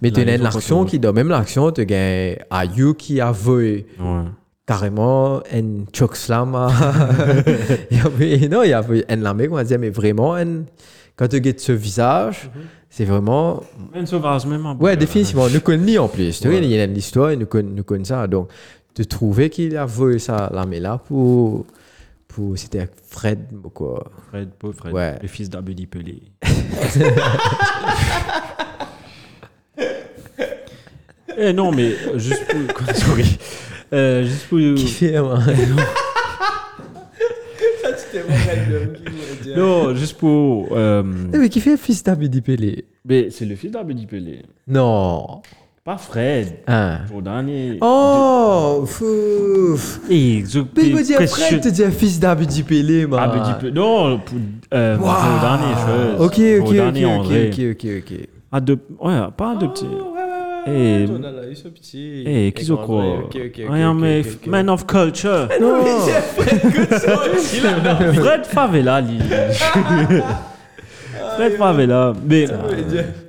Mais tu as l'action qui donne, même l'action, tu as Ayu qui a volé
Ouais.
carrément un choke slam. <laughs> à- il y avait, non, il y avait un lamé, on va dire, mais vraiment, un- quand tu guettes ce visage, c'est vraiment
Même sauvage, même euh, en
Ouais,
boucle.
définitivement. Nous connaissons en plus. Tu vois, il y a une histoire et nous connaissons nous connaissons ça. Donc, de trouver qu'il a volé ça, l'armée là, pour. pour C'était Fred ou quoi.
Fred, pauvre Fred.
Ouais.
Le fils
<laughs>
d'Abedi Pelé. eh non, mais euh, juste pour. <laughs> Sorry. Euh, juste pour.
Qui fait, <laughs> hein,
Non, juste pour. euh,
Eh, Mais qui fait fils d'Abidi Pelé
Mais c'est le fils d'Abedi Pelé.
Non.
Pas Fred.
Hein.
Jordan et.
Oh, fouf.
Et je
Mais il me dit Fred, te dit fils d'Abidi Pelé, man.
Abedi Pelé. Non, pour. Euh,
Waouh.
Jordan et chose.
Ok, ok,
Jordan et
ok,
André.
ok, Ah, ok, ok, ok.
Adop- Ouais, pas adopté. Eh, Eh, qui se croit I am a f- man of culture.
Non. <laughs>
Fred Favela, lui. Fred Favela. Mais,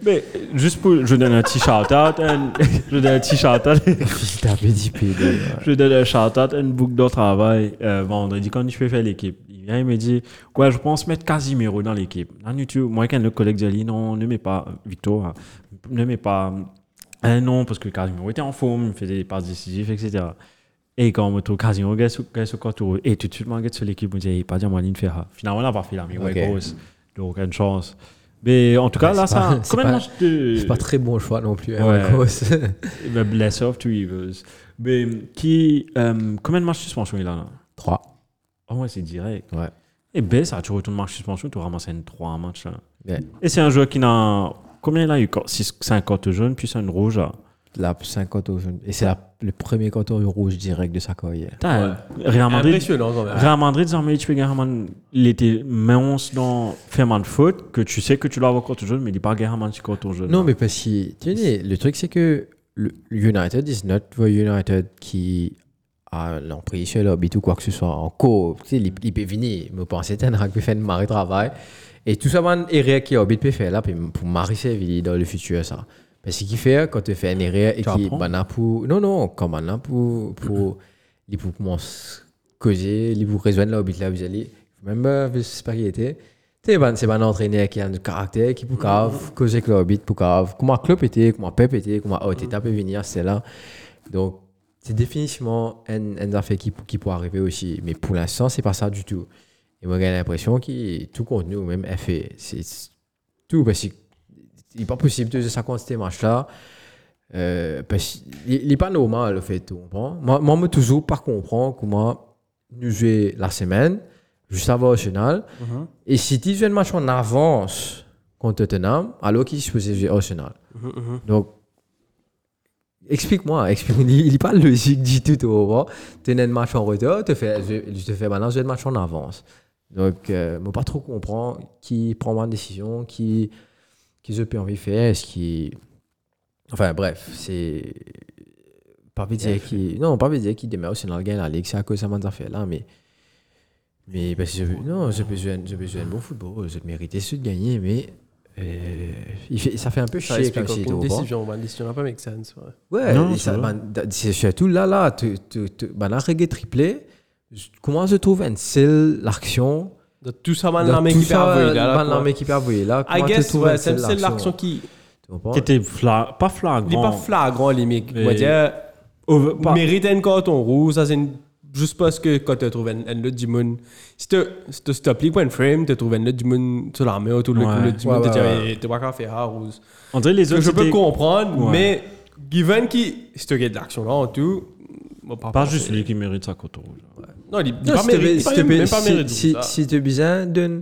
mais juste pour. Je donne un petit shout-out. un- Je donne un petit shout-out.
Fils d'Abidi Pelé. man.
Je donne un shout-out à une boucle de travail euh, vendredi quand je fais faire l'équipe. Il vient, il me dit Ouais, je pense mettre Casimiro dans l'équipe. En YouTube, moi, quand le collègue de lui, non, ne mets pas Victor, hein, ne mets pas euh, un nom parce que Casimiro était en forme, il faisait des passes décisives, etc. Et quand on me trouve Casimiro, qu'est-ce qu'est-ce qu'on trouve Et tout de suite, moi, qu'est-ce que l'équipe me dit Il pas dire moi, Lynn Ferra. Finalement, on n'a pas fait la mais ouais,
Ok.
grosse. Donc, aucune chance. Mais en tout cas,
Ouais,
là,
c'est
ça.
pas- c'est
Combien de
pas-
matchs de-
C'est pas très bon choix non plus,
Ouais.
hein, <laughs> Marcos.
The Bah, Bless of Two Evils. Mais qui. euh, combien de matchs de suspension il a là
Trois.
Au moins, c'est direct.
Ouais.
Et ben, ça, tu retournes match suspension, tu ramasses un 3 match. Là.
Ouais.
Et c'est un joueur qui n'a. Combien il a eu 5 cartes jaunes, puis un rouge. là.
la 50 au jaune. Et c'est la- le premier canton rouge direct de sa carrière.
Putain, Real Madrid.
Impressionnant quand même.
Real Madrid, désormais, tu fais Guerrero, il était mince dans faire man faute, que tu sais que tu dois avoir carton jaune, mais il n'est pas Guerrero sur carton jaune.
Non, mais parce que, tu sais, le truc, c'est que le United is not the United qui a l'emprise sur l'orbite ou quoi que ce soit en cours. Tu sais, il, il peut venir, mais penser que un rugby fait un mari travail. Et tout ça, man, erreur qui l'orbite peut faire là, puis pour mari servir dans le futur, ça. Parce qu'il fait quand tu fais un erreur et
Tu
qui
apprends.
man a pour. Non, non, quand man a pour.
<laughs>
pour il pour commencer à causer, il pour raisonner l'orbite là, vous allez. Remember, c'est pas qui était. Tu sais, ben, c'est un entraîneur qui a un caractère, qui peut cave,
Mm-hmm.
causer avec l'orbite, pour cave. Comment Klopp était, comment Pep était, comment Oteta peut venir, c'est là. Donc, c'est définitivement un, un affaire qui, qui pourrait arriver aussi. Mais pour l'instant, c'est pas ça du tout. Et moi, j'ai l'impression que tout contenu, ou même fait, c'est c'est tout. Parce qu'il n'est pas possible de ça contre ces matchs-là. Euh, parce qu'il n'est pas normal, le fait, tu comprends? Moi, moi, me toujours pas comprendre comment nous jouer la semaine, juste avant Arsenal. Et si tu joues un match en avance contre Tottenham, alors qu'il se faisait jouer Arsenal. Donc, Explique-moi, explique il n'est pas logique du tout, tu vois. Tu as un match en retard, tu fais, je, je te fais maintenant, j'ai un match en avance. Donc, euh, moi, pas trop comprendre qui prend ma décision, qui, qui je peux envie de faire, est-ce qui. Enfin, bref, c'est. Pas envie de dire qui. Non, pas envie de dire qui démarre aussi dans le gain de la Ligue, c'est à cause de ça fait là, mais. Mais parce que je, non, je peux jouer, un- je peux jouer un bon football, je méritais ceux de gagner, mais. euh, il fait, ça fait un peu
Ça
chier
explique
comme si
aucune
tu vois.
décision, man. Décision n'a pas make sense. ouais.
Ouais,
Non,
et
ça
ça,
va.
ben, da- c'est surtout là, là, tu, tu, tu, ben, la reggae triplé, je- comment je trouve un style, l'action,
Dans Tout ça, man,
dans
l'armée
tout
qui
ça,
perd
ben,
là.
l'armée
quoi.
qui peut avouer là,
I
comment tu
guess,
trouves un
ouais, c'est
style,
c'est
l'action,
l'action qui.
tu comprends?
Qui était fla- pas flagrant.
Il n'est pas flagrant, les mecs. On va
Mais-
dire.
Over- pas-
Mérite un carton rouge, ça c'est une juste parce que quand tu as trouvé un lot du monde, si tu stop league point frame, tu as trouvé un lot du monde sur la main autour de
Ouais.
le du
Ouais,
monde,
ouais, ouais.
tu pas qu'à faire ah, rose.
On dirait les
Que
autres.
je peux
c'était
comprendre,
Ouais.
mais given qui, si tu as de l'action là en tout, bah,
Pas juste lui qui mérite sa coteau. là.
Non, il n'est
Non,
pas
si t'es-
mérité.
si t'es-
il est pas
si-
mérité.
si-
ça.
Si tu besoin d'une.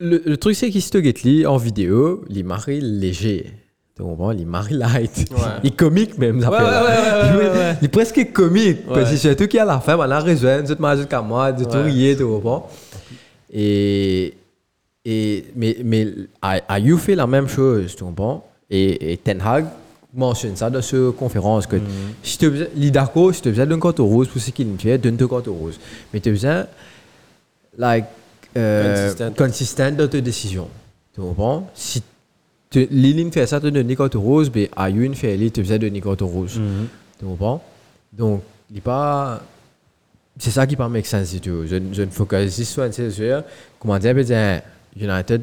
Le, le truc, c'est qu'il se guette lui en vidéo, il marie léger. Tu comprends? Il marie light. Il est comique même, ça
Ouais,
peut-
ouais, ouais, ouais,
Il est-
ouais, ouais.
<laughs>
Il est presque comique. Parce que
Ouais.
surtout qu'il y a la femme, elle a raison, vous êtes mariés jusqu'à moi, vous êtes
Ouais.
ouvriers, tu comprends? Et. et mais, mais a- a you fait la même chose, tu comprends? Et, et Ten Hag mentionne ça dans sa conférence que si tu as besoin- Lidako, si tu as besoin d'un compte rose pour ce qu'il me fait, donne-toi compte rose. Mais tu as besoin, like, euh,
Consistent.
consistent dans tes décisions. Tu comprends? Si tu- Lilin fait ça, tu donnes une carte rose, mais Ayun fait elle, tu faisais donner une carte rose. Tu comprends? Donc, il n'est pas. C'est ça qui pas make sense, si tu veux. Je, je ne focalise sur un sujet. Comment dire, ben, tiens, United,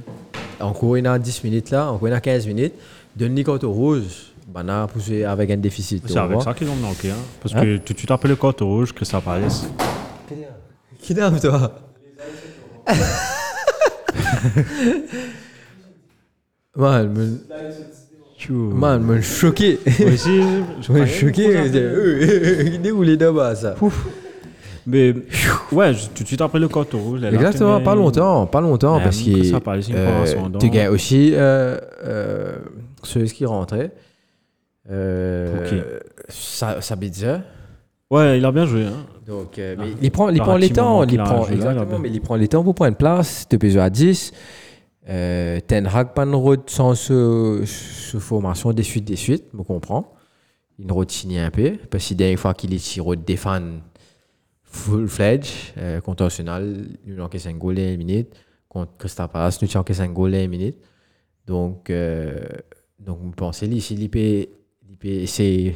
encore une à 10 minutes là, encore une à 15 minutes, donne une carte rose, ben, on a poussé avec un déficit. tu
C'est avec
comprends?
ça qu'ils ont manqué. hein. Parce
Hein?
que tout de suite après le coteau rouge, que ça paraisse.
Qui dorme, toi
<laughs>
Man, me- man, me choqué.
Moi aussi, je
<laughs> Me
croyais-
choqué. me dire, euh, euh, euh, Déroulé là-bas, ça.
Mais ouais, je- tout de suite après le coteau rouge. les
Exactement,
Latinais,
pas longtemps, pas longtemps,
Même
parce
que
que
ça parlait, c'est une convention, donc.
tu gagnes aussi euh, euh, celui qui rentrait. Euh,
Pour qui
Sa- Sabitzer.
Ouais, il a bien joué. hein.
Donc, euh,
Ah.
mais il prend, il
Par
prend
un
les
petit moment
temps, il
qu'il a un
prend,
jeu là, là-bas.
exactement, mais il prend les temps pour prendre place, tu peux à 10. Euh, Ten Hag pas une route sans ce, ce formation des suites des suites, me comprends. Une route signée un peu, parce que la dernière fois qu'il est sur route des fans full-fledged, euh, contre Arsenal, il a encaissé un goal et une minute, contre Crystal Palace, nous avons encaissé un goal et une minute. Donc, euh, donc vous pensez, lui, si l'IP, c'est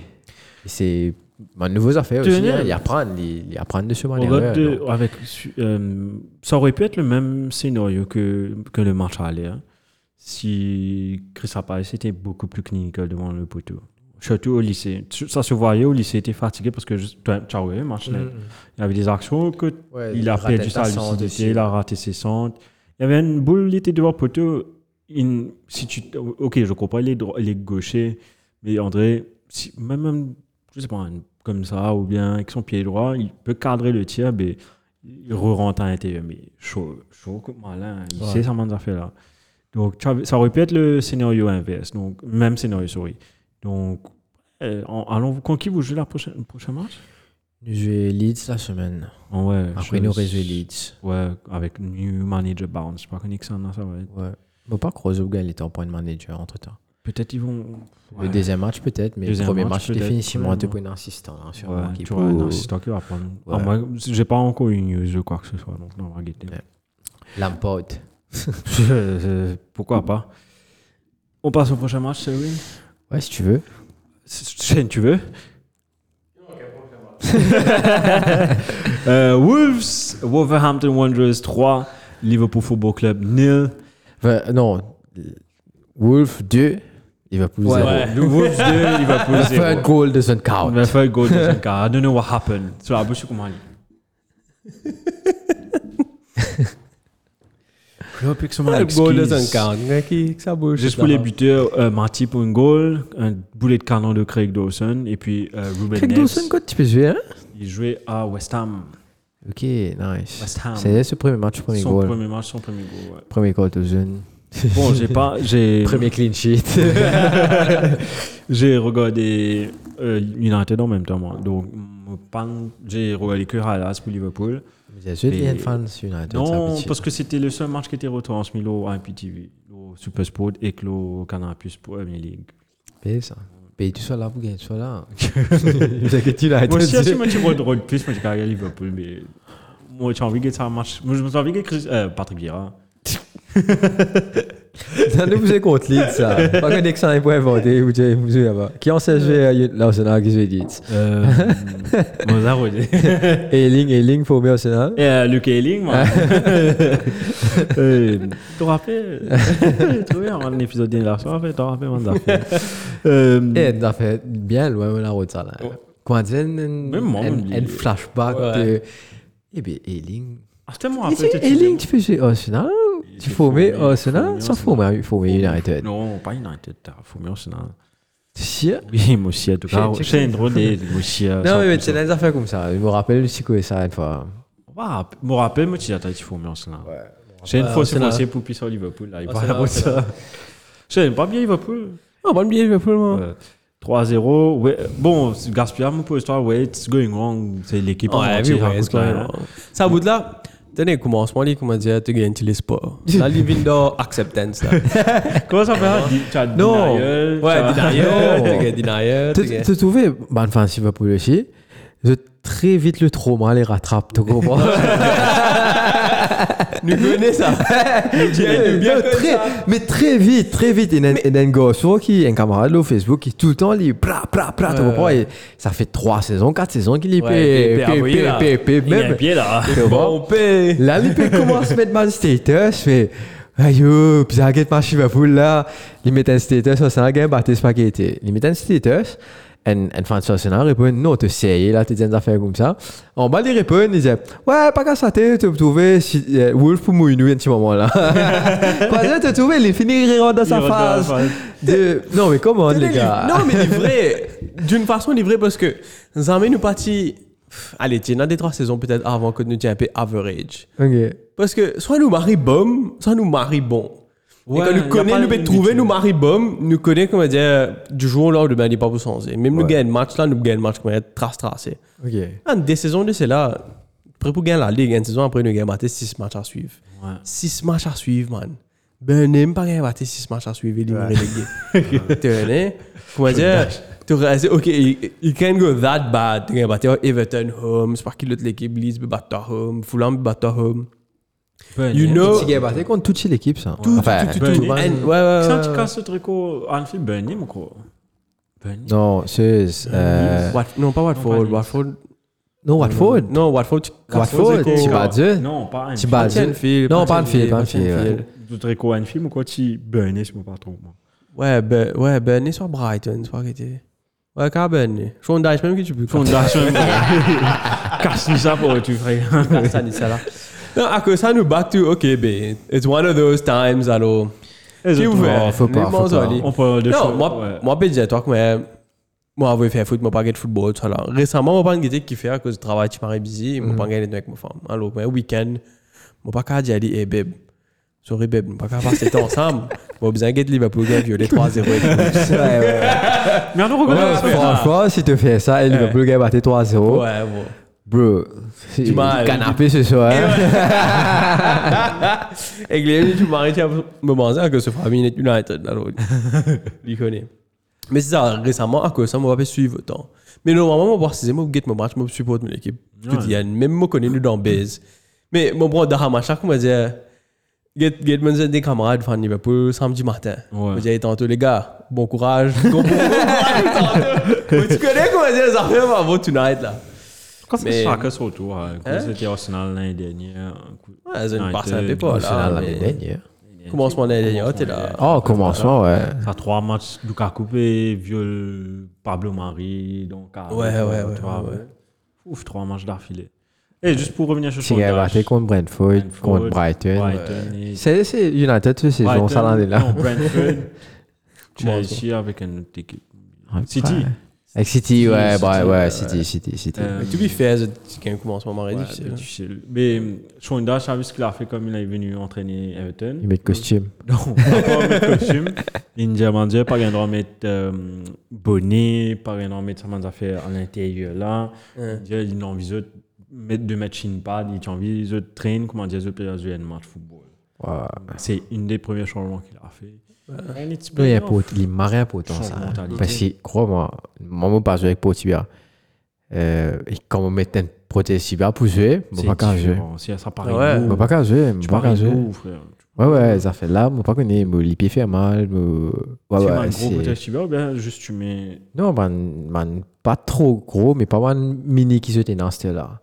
c'est ma nouvelle affaire aussi,
Tenez.
hein, il apprend, il, il apprend de ce
On
manière.
aurait de- avec, su- euh, ça aurait pu être le même scénario que, que le match aller. hein. Si Chris Apparice était beaucoup plus clinical devant le poteau. Surtout au lycée. Tu- Ça se voyait au lycée, il était fatigué parce que juste, tu as tu as regardé le match. là.
Mm.
Il y avait des actions que
Ouais,
il a
ratait
perdu
la
sa
centre aussi.
lucidité, il a raté ses centres. Il y avait une boule, il était devant le poteau. Il- si tu, ok, je comprends, il est, dro- il est gaucher, mais André, si, même, même, je sais pas, un- comme ça, ou bien avec son pied droit, il peut cadrer le tir, mais il re-rentre à l'intérieur. Mais chaud, chaud comme malin, il
Ouais.
sait ça, man, fait là. Donc, tu avais- ça aurait pu être le scénario inverse, donc, même scénario, sorry. Donc, euh, en- allons, contre qui vous jouez la prochaine, le prochain match Ah
Nous jouons Leeds la semaine.
ouais,
Après,
je-
nous rejouons Leeds.
Ouais, avec New Manager Bounce. Je sais pas connu que ça, non, ça va être.
Ouais. Bon, pas Krozovga, il était en point de manager entre temps.
Peut-être ils vont. Ouais.
Le deuxième match, peut-être, mais le
Deuxième
premier
match,
match,
peut-être,
définitivement, tu
probablement.
prends un assistant. Hein,
Ouais,
sûrement, qui
tu
peut-
vois, non, c'est toi qui vas prendre.
Ouais.
Ah, moi, j'ai pas encore une news ou quoi que ce soit, donc non, on va guetter.
Ouais. Lampard.
<laughs> Je- je- Pourquoi pas On passe au prochain match, Selwyn
Ouais, si tu veux.
Shane,
<laughs>
tu veux Euh, Wolves, Wolverhampton Wanderers 3, Liverpool Football Club 0.
Enfin, non. Wolf 2, il va plus
Ouais.
zéro.
Le Wolves 2, Liverpool
Le
0.
third goal doesn't
On
count.
va faire go dans un cas. I don't know what happened. So, I wish you could
Ah, Le goal de Zankan, hein, qui que ça bouge.
Juste pour les buteurs, euh, Marty pour un goal, un boulet de canon de Craig Dawson et puis euh, Ruben
Craig
Neves.
Dawson, quoi, tu peux jouer, hein?
Il jouait à West Ham.
Ok, nice.
West Ham.
C'est ce premier match, premier
euh, Son
goal.
premier match, son premier
<laughs>
goal. ouais.
Premier goal de zone.
Bon, j'ai pas.
<laughs>
J'ai,
Premier clean sheet.
<laughs> j'ai regardé euh, United en même temps, moi. Donc, mon pan- j'ai regardé que Halas pour Liverpool.
Bien sûr, il y a une
Et-
fan sur United.
Non, parce que c'était le seul match qui était retransmis au IPTV, au SuperSport et que le Canal Plus Premier League.
Paye ça. Paye, tu sois là pour gagner, tu sois
<laughs>
là. Vous avez que United.
Moi aussi, si moi, tu regardes plus, moi, j'ai carrément Liverpool, mais moi, j'ai envie de ça un match. Moi, je me suis envie de Chris- euh, Patrick Vieira.
Ça nous faisait contre Leeds, ça. Pas que Nixon est pas inventé, vous avez vous avez là-bas. Qui en sait jouer à United Arsenal qui joue Leeds
<laughs> Euh, Mozart, oui.
Ailing, Ailing, pour mieux Arsenal.
Et euh, Luke Ayling, <laughs> moi. Euh, T'as rappelé Tu vois, un épisode de la soirée, t'as rappelé, mon Dark. <laughs> Euh,
Et on a fait bien loin de la route, ça, là. comment dire, un,
Même moi,
un-
on
un
dit-
flashback
Ouais.
de. Eh bien, Eling.
Ah, c'était moi,
Et tu-
peut-être.
Eling, tu fais chez Arsenal Tu
s'est
formais
formé-
Arsenal
formé
Sans
Arsenal.
former, il formait United.
Non, pas United, t'as fumé Arsenal.
Si.
Oui, moi aussi, en tout cas.
J'ai- j'ai-
C'est une drôle de. moi aussi, euh,
Non,
ça,
mais
comme
c'est
ça.
des affaires comme ça. Je me rappelle, je connais ça une fois.
Bah, Je me rappelle, moi, tu as dit fumé Arsenal. J'ai une
Ouais,
fois, c'est
Arsenal.
passé pour pisser à Liverpool. Là, il parle
Arsenal,
pour ça. J'ai pas bien Liverpool.
Ah, bonne billet, je vais moi.
Ouais. 3-0. Ouais. Bon, Gaspillard me pose toi, ouais, it's going wrong. C'est l'équipe en
Ouais,
entier,
oui,
hein,
ouais, c'est
là,
clair. Ça, au bout de là, tenez, commencement, là, comment dire, tu gagnes les <laughs> sports. Là, il vient dans acceptance, là.
hein. Comment ça fait Di- Tu as
Non.
denial, tu <laughs>
Ouais,
as-
<laughs> denial, tu gagnes denial. tu
Tu
gagnes-
tu trouvais, bah, enfin, si va pour le chier, je très vite le trauma les rattrape, tu comprends
Nous connaissons ça. <laughs> Nous bien- nous bien
Non,
connaissons
très-
ça.
mais très vite, très vite. Et un- et un gars sur qui, un camarade au Facebook, qui tout le temps lit, plat, plat, plat, tu
Ouais.
comprends Et ça fait trois saisons, quatre saisons qu'il lit,
Ouais,
pé-
il pé-
pé-
envoyé,
pé-
là.
pé- pé-
Il y a un
même.
pied là.
Tu comprends
Bon, paix.
Là, il peut commencer à mettre ma status, mais aïe, yo, puis ça guette ma chivapoule là. Il met un status, ça s'en gagne, bah, t'es spaghetti. Il met un status, et un fan national répond, non, t'es sérieux là, t'es des affaires comme ça. En bas, il répond, il dit, ouais, pas qu'à ça, t'es, tu peux trouver si- euh, Wolf pour Mouinou un petit moment
<laughs>
là. Pas ça, tu trouvé, il finit il rentre dans sa
rentre dans la
phase.
phase.
de- Non, mais comment,
Non,
les
mais
gars?
Non, mais il est vrai. D'une façon, il est vrai parce que Zamé nous partit. Allez, tiens, dans des trois saisons, peut-être avant que nous tiens un peu average.
Ok.
Parce que soit nous marie bon, soit nous marie bon.
Ouais,
et quand
y a
nous
pas
connaissons, nous
de
peut trouver
limite,
nous
ouais.
marie bon, nous connaissons, comment dire, euh, du jour au lendemain, il n'est pas pour changer. Même nous
Ouais.
gagnons match là, nous gagnons match, comment dire, trace tracé.
Ok.
En des saisons de cela, après pour gagner la Ligue, une saison après nous gagnons maté 6 matchs à suivre.
Ouais.
6 matchs à suivre, man. Ben, n'aime pas gagner maté 6 matchs à suivre et les reléguer. Tu hein? connais Comment dire euh, Tu réalises, ok, it it can go that bad. Tu gagnes maté oh, Everton home, c'est pas qui l'autre l'équipe, Leeds, Bata home, Fulham, Bata home. You know.
Tu gagnes, bah, t'es contre toute l'équipe, ça.
Oh. Tout,
Enfin,
tout, tout, tout, tout.
man.
Ouais, ouais,
Quand
ouais.
tu casses ce truc au Anfield, Burnley, mon quoi Burnley.
Non, c'est. euh,
Wat- Non, pas
Non,
Watford.
pas
Watford.
Non, Watford.
Non, Watford. tu casses
Watford,
Watford,
tu
c'est
vas dire.
Non, pas Anfield.
Tu vas
Pas
dire.
Anfield,
Non, pas
Anfield,
Anfield, pas
pas
Anfield. ouais.
Anfield.
Tu te au Anfield ou quoi Tu Burnley, je me pas trop. moi.
Ouais, ben, ouais, ben, et soit Brighton, soit qui était. Ouais, car ben, Sean Dyche, même que tu
<laughs>
peux.
Fondation. Casse-nous ça pour tu frère.
ça, ni ça là. Non, à cause ça, nous battons, ok, ben, it's one of those times, alors. Si vous
Non, faut pas,
les
faut
bons
pas.
allés.
On parle de
Non,
choses,
moi,
ouais.
moi, ben, dis toi que, mais, moi, je faire foot, moi, pas de football, tout ça là. Récemment, moi, pas de qui fait à cause du travail, tu m'arrêtes busy,
Mhm.
moi, pas gagné avec ma femme. Alors, mais, week-end, moi, pas qu'à dire, allez, eh, babe, sorry, babe, moi, pas qu'à passer le
<laughs>
temps ensemble, moi, besoin de Liverpool, gars, violer 3-0 et tout.
Ouais, ouais, ouais.
Mais on
Ouais,
reconnaît ça.
franchement, si tu fais ça, et Liverpool gagne battre 3-0,
Ouais, bon.
bro, c'est
Tu m'as-
canapé ce soir.
Eh
Et que tu m'arrêtes à me manger à cause de Family e United. Alors, il connaît. Mais c'est ça, récemment, e à cause de ça, on va pas suivre autant. Mais normalement, moi, voir si c'est moi, get mon match, moi, je supporte mon équipe. Tout
Ouais.
y a, même moi, connais nous dans base. Mais mon bro, dans un match, on va dire, get, get mon des camarades, fan Liverpool, samedi matin. On va dire, tantôt, les gars, bon courage. Bon, bon, bon courage, tantôt. Mais tu connais comment dire, ça fait avant tonight, là.
Quand c'est
Mais-
que Chaka se retourne, hein, quand c'était Arsenal l'année dernière. un coup-
Ouais, c'est une
United,
partie un peu pas,
Oh, c'est là
là.
l'année
mais-
dernière.
Commencement l'année dernière, t'es
Commencement
là.
Oh, commencement, ouais.
Ça a trois matchs, Lucas Coupé, Viol, Pablo Mari, donc. ah,
Ouais, ouais, ouais,
trois-
ouais, ouais.
Ouf, trois matchs d'affilée. Et juste pour revenir sur
Tu gagnes battre contre Brentford,
Brentford,
contre Brighton.
Brighton et-
C'est c'est United cette saison, ça l'année là.
Non,
<laughs>
Brentford,
Comment
Chelsea avec une autre équipe.
Ouais.
City.
Avec City, ouais,
City,
ouais,
City,
ouais,
ouais.
City, City, City.
Euh,
Mais to be fair, c'est un commencement marrant
Ouais,
difficile. hein.
mais difficile. Mais Shonda, je savais ce qu'il a fait comme il est venu entraîner Everton.
Il met de costume.
Non, <laughs> pas pour mettre costume. India Mandia, pas rien de remettre euh, bonnet, pas rien de remettre ça, man, ça fait à l'intérieur là.
Hein.
India, il a envie de mettre de mettre shin pad, il a envie de train, comment dire, de player de match football.
Ouais.
C'est une des premiers changements qu'il a fait. And it's
Non, il y a
paying off.
pour- il m'a rien pour autant
Change
ça.
de mentalité.
Parce que, crois-moi, moi, je parle avec Potibia. Euh, et quand on met une prothèse cyber pour jouer, je
C'est
pas qu'à jouer.
différent. Si ça paraît
Ouais.
lourd,
Je pas qu'à jouer, je
tu
pas qu'à
parais
jouer.
lourd, frère.
Ouais, ouais, ça fait là, moi, pas connais, moi, les pieds fait mal, moi- ouais,
Tu mets
ouais,
un
c'est-
gros côté cyber ou bien juste tu mets.
Non, man, man, pas trop gros, mais pas man mini qui se dénonce, c'était là.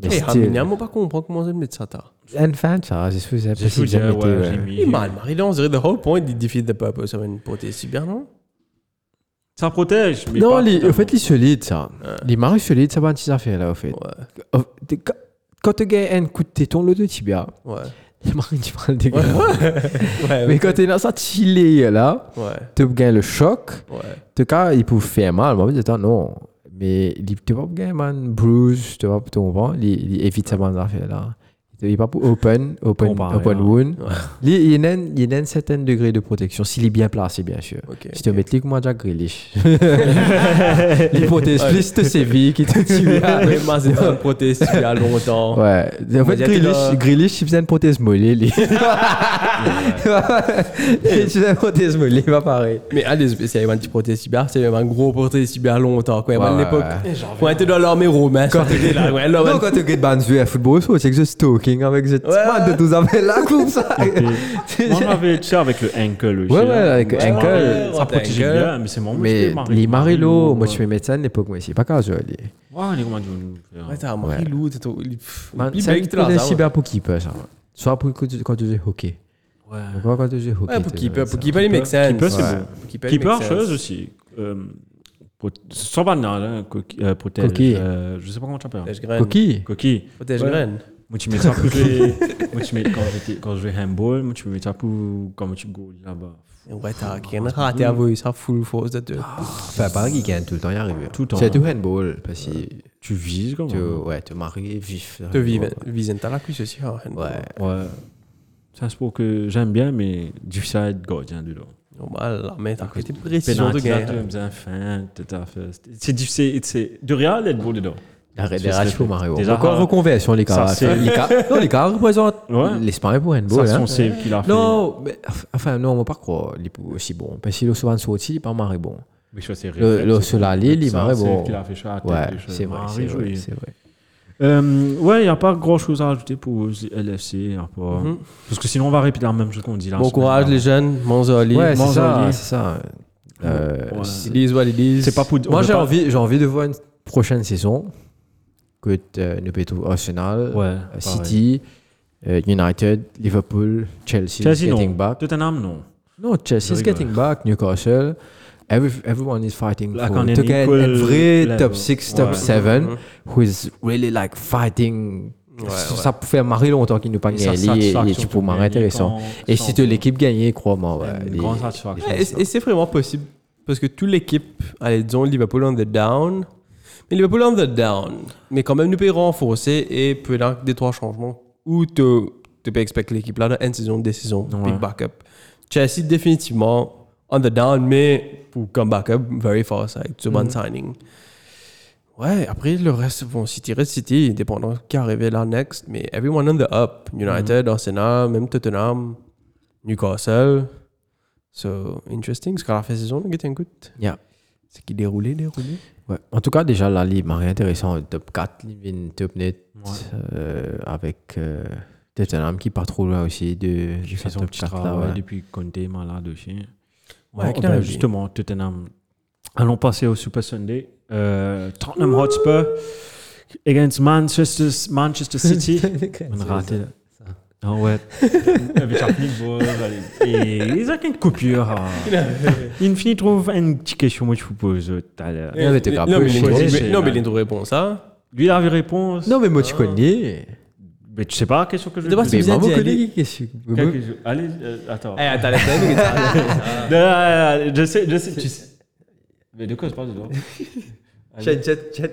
Mais
Hey,
c'était-
Ramina, moi, Eh, pas comprendre comment ils mettent ça tard.
Un fan, ça, c'est ce que
J'ai
j'ai
ouais, j'ai
ouais.
mis-
Il est mal, Marie, là, on dirait the whole point, il defeat the purpose of une portée cyber, non
Ça protège. Mais
Non,
pas
les-
totalement.
en fait, les solides, ça. Les maris solides, ça va une petite affaire, là, en fait. En- t'es- quand- Quand tu as un coup de téton, l'autre de tibia, <laughs>
<laughs> Ouais.
les maris, tu parles de gars.
Ouais.
Mais quand tu es dans ça chillé, là,
Ouais.
tu gagnes le choc.
Ouais.
En tout cas, il peut faire mal. Moi, je dis, attends, non. Mais il- tu vas pas gagner, man, bruise, tu vas pas tu comprends? Il il évite sa bande affaire, là. Il n'est pas pour open, open,
Comparé,
open
hein.
wound. Il il y a un- il y a un certain degré de protection, s'il est bien placé, bien sûr.
<laughs> Ok.
Si tu mets clic, moi, Jack
<laughs>
Grealish. <laughs> L'hypothèse, plus de Séville qui te tue.
Ah, Mais moi, c'est pas une prothèse il y a longtemps.
Ouais. En fait,
y a-t-il un-
Grealish, Grealish, il faisait une prothèse mollée, lui. <laughs> Il faisait une prothèse mollée, pas pareil.
Mais allez, c'est une petite prothèse cyber, c'est un gros prothèse cyber longtemps. Quoi, à
Ouais,
l'époque,
ouais,
quand on était dans l'armée romaine, quand était hein, là, ouais, là,
Non, quand tu regardes Banzu à football, so, c'est que je stalking avec cette man de tous avec la coupe, ça.
Moi, on avait tu sais, avec le ankle aussi.
Ouais,
là.
ouais, avec
Ça
ankle.
protégeait- Ça
Ouais,
protégeait
ankle.
bien, mais c'est mon
Mais les Marillo,
euh.
moi, je suis médecin à l'époque, moi, c'est pas casual. lui.
Ouais, les comment dire,
Ouais, t'as un
Ouais.
mari lourd, t'es tout- il- pff,
Man,
il
C'est
baigne
une
ah
dans
prothèse
ça,
cyber pour keeper, ça. Soit pour quand tu- quand tu joues au hockey.
Ouais.
Pourquoi quand tu joues au
ouais.
hockey
Ouais, pour
tu
keeper,
vois,
pour
ça.
keeper, il make sense.
Keeper, c'est
Ouais.
bon.
Pour keeper, il
Keeper,
make
chose
sense.
aussi. euh, pro- Sans banal, hein, coqui- euh, protège.
Coquille.
euh, je sais pas comment tu appelles.
Protège graine.
Coquille.
Coquille.
Protège
Ouais.
graine.
Moi, tu mets ça pour
<laughs>
jouer. Moi, tu mets quand j'étais- quand je jouais handball, moi, tu mets ça pour. Quand tu goal là-bas.
Ouais, t'as rien raté à voir ça full force er de deux.
Enfin, pareil, il gagne hein, tout le temps, il arrive.
Tout le temps,
C'est
hein.
du handball, parce que
Tu vises comme
tu, ouais, te maries vif.
Te vivent, vivent t'as la cuisse aussi. hein.
Ouais.
Ouais. C'est un sport que j'aime bien, mais difficile, gardien du dos.
Normal, la main, t'as
Parce
côté
que
précision de
penalty, er là,
gain.
tu me disais, fin, tout à fait. C'est- C'est difficile. c'est- De réel, être beau dedans.
Arrête
Ça
de
se
rager pour
respecte.
Mario.
Déjà,
Encore
ah,
reconversion, les gars.
ça, c'est-
Les gars- Non, les gars représentent
Ouais.
l'Espagne pour handball.
Ça, c'est
hein.
son save qu'il a fait.
Non, mais, enfin, non, on ne pas croire qu'il est aussi bon. Ben, Parce qu'il est souvent sorti, il n'est pas marré bon.
Mais je crois que c'est
Le-
Red,
le
c'est
Solali,
bon.
il est
Ça,
marré,
c'est
bon.
qu'il a fait ça, la
Ouais,
tête, je-
c'est vrai,
marré,
c'est vrai,
joli.
c'est vrai.
Euh, ouais, il n'y a pas grand chose à ajouter pour LFC. à part-
Mm-hmm.
Mhm.
Parce que sinon, on va répéter la même chose qu'on dit là.
Bon courage, les jeunes. Monzoli.
Ouais, c'est
mange
ça,
Olivier.
c'est ça. Euh,
Ouais.
c'est-
Ils disent what ils disent.
C'est pas pour. on
Moi,
veut
j'ai
pas-
envie, j'ai envie de voir une prochaine saison que euh, nous pétons Arsenal,
Ouais,
euh, City, euh, United, Liverpool, Chelsea, is
Chelsea,
getting
non.
back.
Tottenham, non.
No,
Je
Chelsea's
rigole.
getting back, Newcastle. Every, everyone is fighting
Like
for
on an
to get
equal
every
level.
top six, top
Ouais. Mm-hmm.
seven, who is really like fighting. Ça peut faire marrer longtemps qu'il nous pas
Et ça,
gagné.
ça,
et-
ça,
et
ça,
tu
ça,
peux marrer
gagner
intéressant.
quand-
Et
quand
si
on
tu
peut.
l'équipe gagnée, crois-moi. Ouais,
Une
les-
grande satisfaction.
Et, et c'est vraiment possible. Parce que toute l'équipe, allez, disons Liverpool on the down. Mais Liverpool on the down. Mais quand même, nous pouvons renforcer et peut dans des trois changements où tu tu peux expecter l'équipe là dans une saison, deux saisons,
Ouais.
big backup. Chelsea, définitivement on the down, mais pour comme backup, very fast avec ce bon signing. Ouais, après le reste, bon, City reste City, dépendant qui arrivait là next, mais everyone on the up. United, Arsenal, même Tottenham, Newcastle. So, interesting, parce qu'à la fin de saison, était un coup.
Yeah.
C'est qui déroulait, déroulait.
Ouais. En tout cas, déjà, la ligue marée intéressant. Top 4, Livin, top net,
Ouais.
euh, avec euh, Tottenham qui part trop loin aussi de, de
J'ai
sa
fait son
top
petit
4 là,
travail
ouais.
depuis Conte est malade aussi. Ouais,
Ouais,
ben,
qui l'a dit.
justement, Tottenham. Allons passer au Super Sunday. Euh, Tottenham Hotspur against Manchester, Manchester City. On a raté. Ah ouais. Avec un petit ball, allez. Et ils ont une coupure. ah. Il finit trouve une petite question moi je vous pose euh, tout à l'heure.
Il avait été capable
Non, mais
de
il
choisir,
mais-
c'est-
non, mais il répond ça.
Lui il avait réponse.
Non, mais moi, tu
Ah.
connais.
Mais tu sais pas la question que je Bah,
De base,
Mais
vous avez
moi, vous
dit
connaissez. qu'est-ce que-
Quelque chose. Allez, euh, attends. Ah.
Eh, attends, laisse
hein.
<laughs>
la
Non, non, non, non, je sais, je sais, tu sais. Mais de quoi je parle de toi Allez.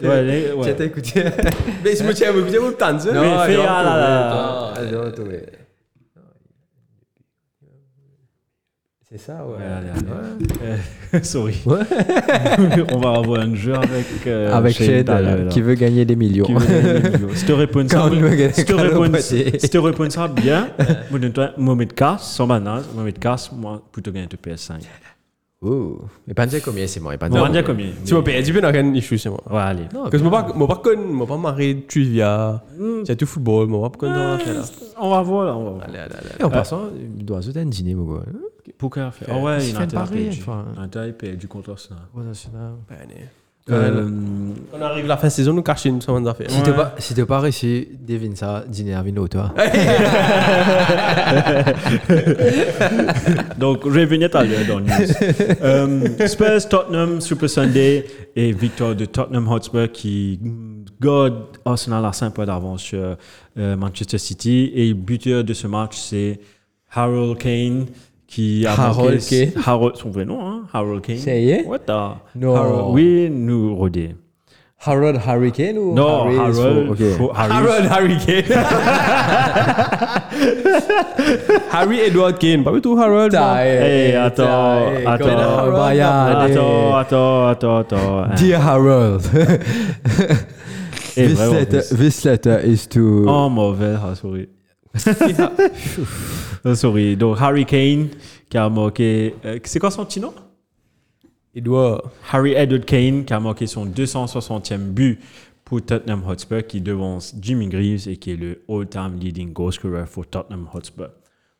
Ouais, allez, ouais.
écouté.
<laughs> Mais je me tiens à vous dire, vous le hein. tendez.
Non, Mais fais- ah là là.
C'est ça,
Ouais, allez, allez. Euh, <laughs> Sorry. On va avoir un jeu avec. euh,
Avec
Shane
Shed,
Taylor,
euh,
là.
qui veut gagner des millions.
Qui veut <laughs> gagner des millions. Si tu réponds ça,
Quand on veut gagner
si tu
quand on
réponds-
vote.
si tu réponds
<laughs>
ça bien, moi, donne-toi Mohamed Kass, sans banase, Mohamed Kass, moi, plutôt gagner de PS5.
Oh. Mais pas dire combien c'est moi. et pas
On va
dire
dire
combien.
combien.
Tu m'as payé, tu peux dans quel issue, c'est moi.
Ouais, allez.
Non,
Parce que je m'en pas- m'en pas connu, m'en pas marré de trivia. C'est tout football, m'en pas connu dans l'affaire, là.
On va voir, là, on va voir.
Allez, allez, allez.
mais En passant, il doit ajouter un dîner, mon gars.
Pourquoi faire Ah ouais,
C'est
il a
fait
un
pareil,
TRPG.
enfin.
Un TRPG contre ça.
Au national.
Ben, allez.
Euh,
On arrive la fin de saison, nous cachons une semaine d'affaires.
Si t'es
Ouais.
pas, si t'es pas réussi, devine ça, dîner à Vino, toi.
donc, revenez à l'heure dans
<laughs>
le news. Euh, Spurs, Tottenham, Super Sunday et victoire de Tottenham Hotspur qui God Arsenal à 5 points d'avance sur euh, Manchester City. Et le buteur de ce match, c'est Harold Kane qui a
Harold
marqué-
Kane.
Harold, son vrai nom, hein? Harold Kane.
Ça y est?
What the?
Non.
Harold- oui, nous, Rodé.
Harold Hurricane ou
Non, Harold.
Ok.
faut- Harry-
Harold Harry Kane. Harry Edward Kane. Pas du tout Harold. moi.
Hey, attends, attends. Attends,
attends.
attends, attends, attends. hein.
Dear Harold,
Et
this,
Eh,
uh,
vraiment,
letter,
plus.
this letter is to...
Oh, mauvais, ah, sorry. <laughs> Ah, sorry. Donc, Harry Kane, qui a marqué. euh, c'est quoi son petit nom
Edward.
Harry Edward Kane, qui a marqué son 260e but pour Tottenham Hotspur, qui devance Jimmy Greaves et qui est le all-time leading goal scorer for Tottenham Hotspur.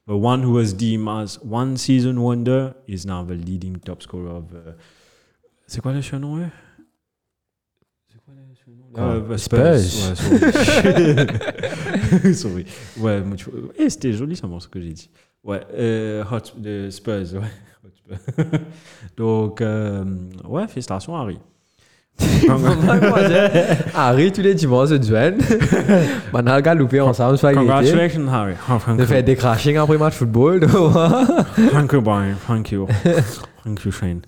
The one who was deemed as one season wonder is now the leading top scorer of. euh, c'est quoi le surnom, eux
Quoi
Euh,
Spurs.
Ouais, sorry. <laughs> Sorry. Ouais, mais tu- eh, c'était joli ça, moi, ce que j'ai dit. Ouais, euh, Hot- euh, Spurs, ouais. <laughs> Hotspur. <laughs> Donc, euh, ouais, félicitations,
<laughs>
Harry.
Mademoiselle, <laughs> Harry, tous les dimanches, une
<laughs>
semaine. Maintenant, le gars loupé ensemble, soit évité.
Congratulations, Harry. Oh,
De faire des crashings après match football. donc,
Thank you, Brian. Thank you. Thank you, Shane.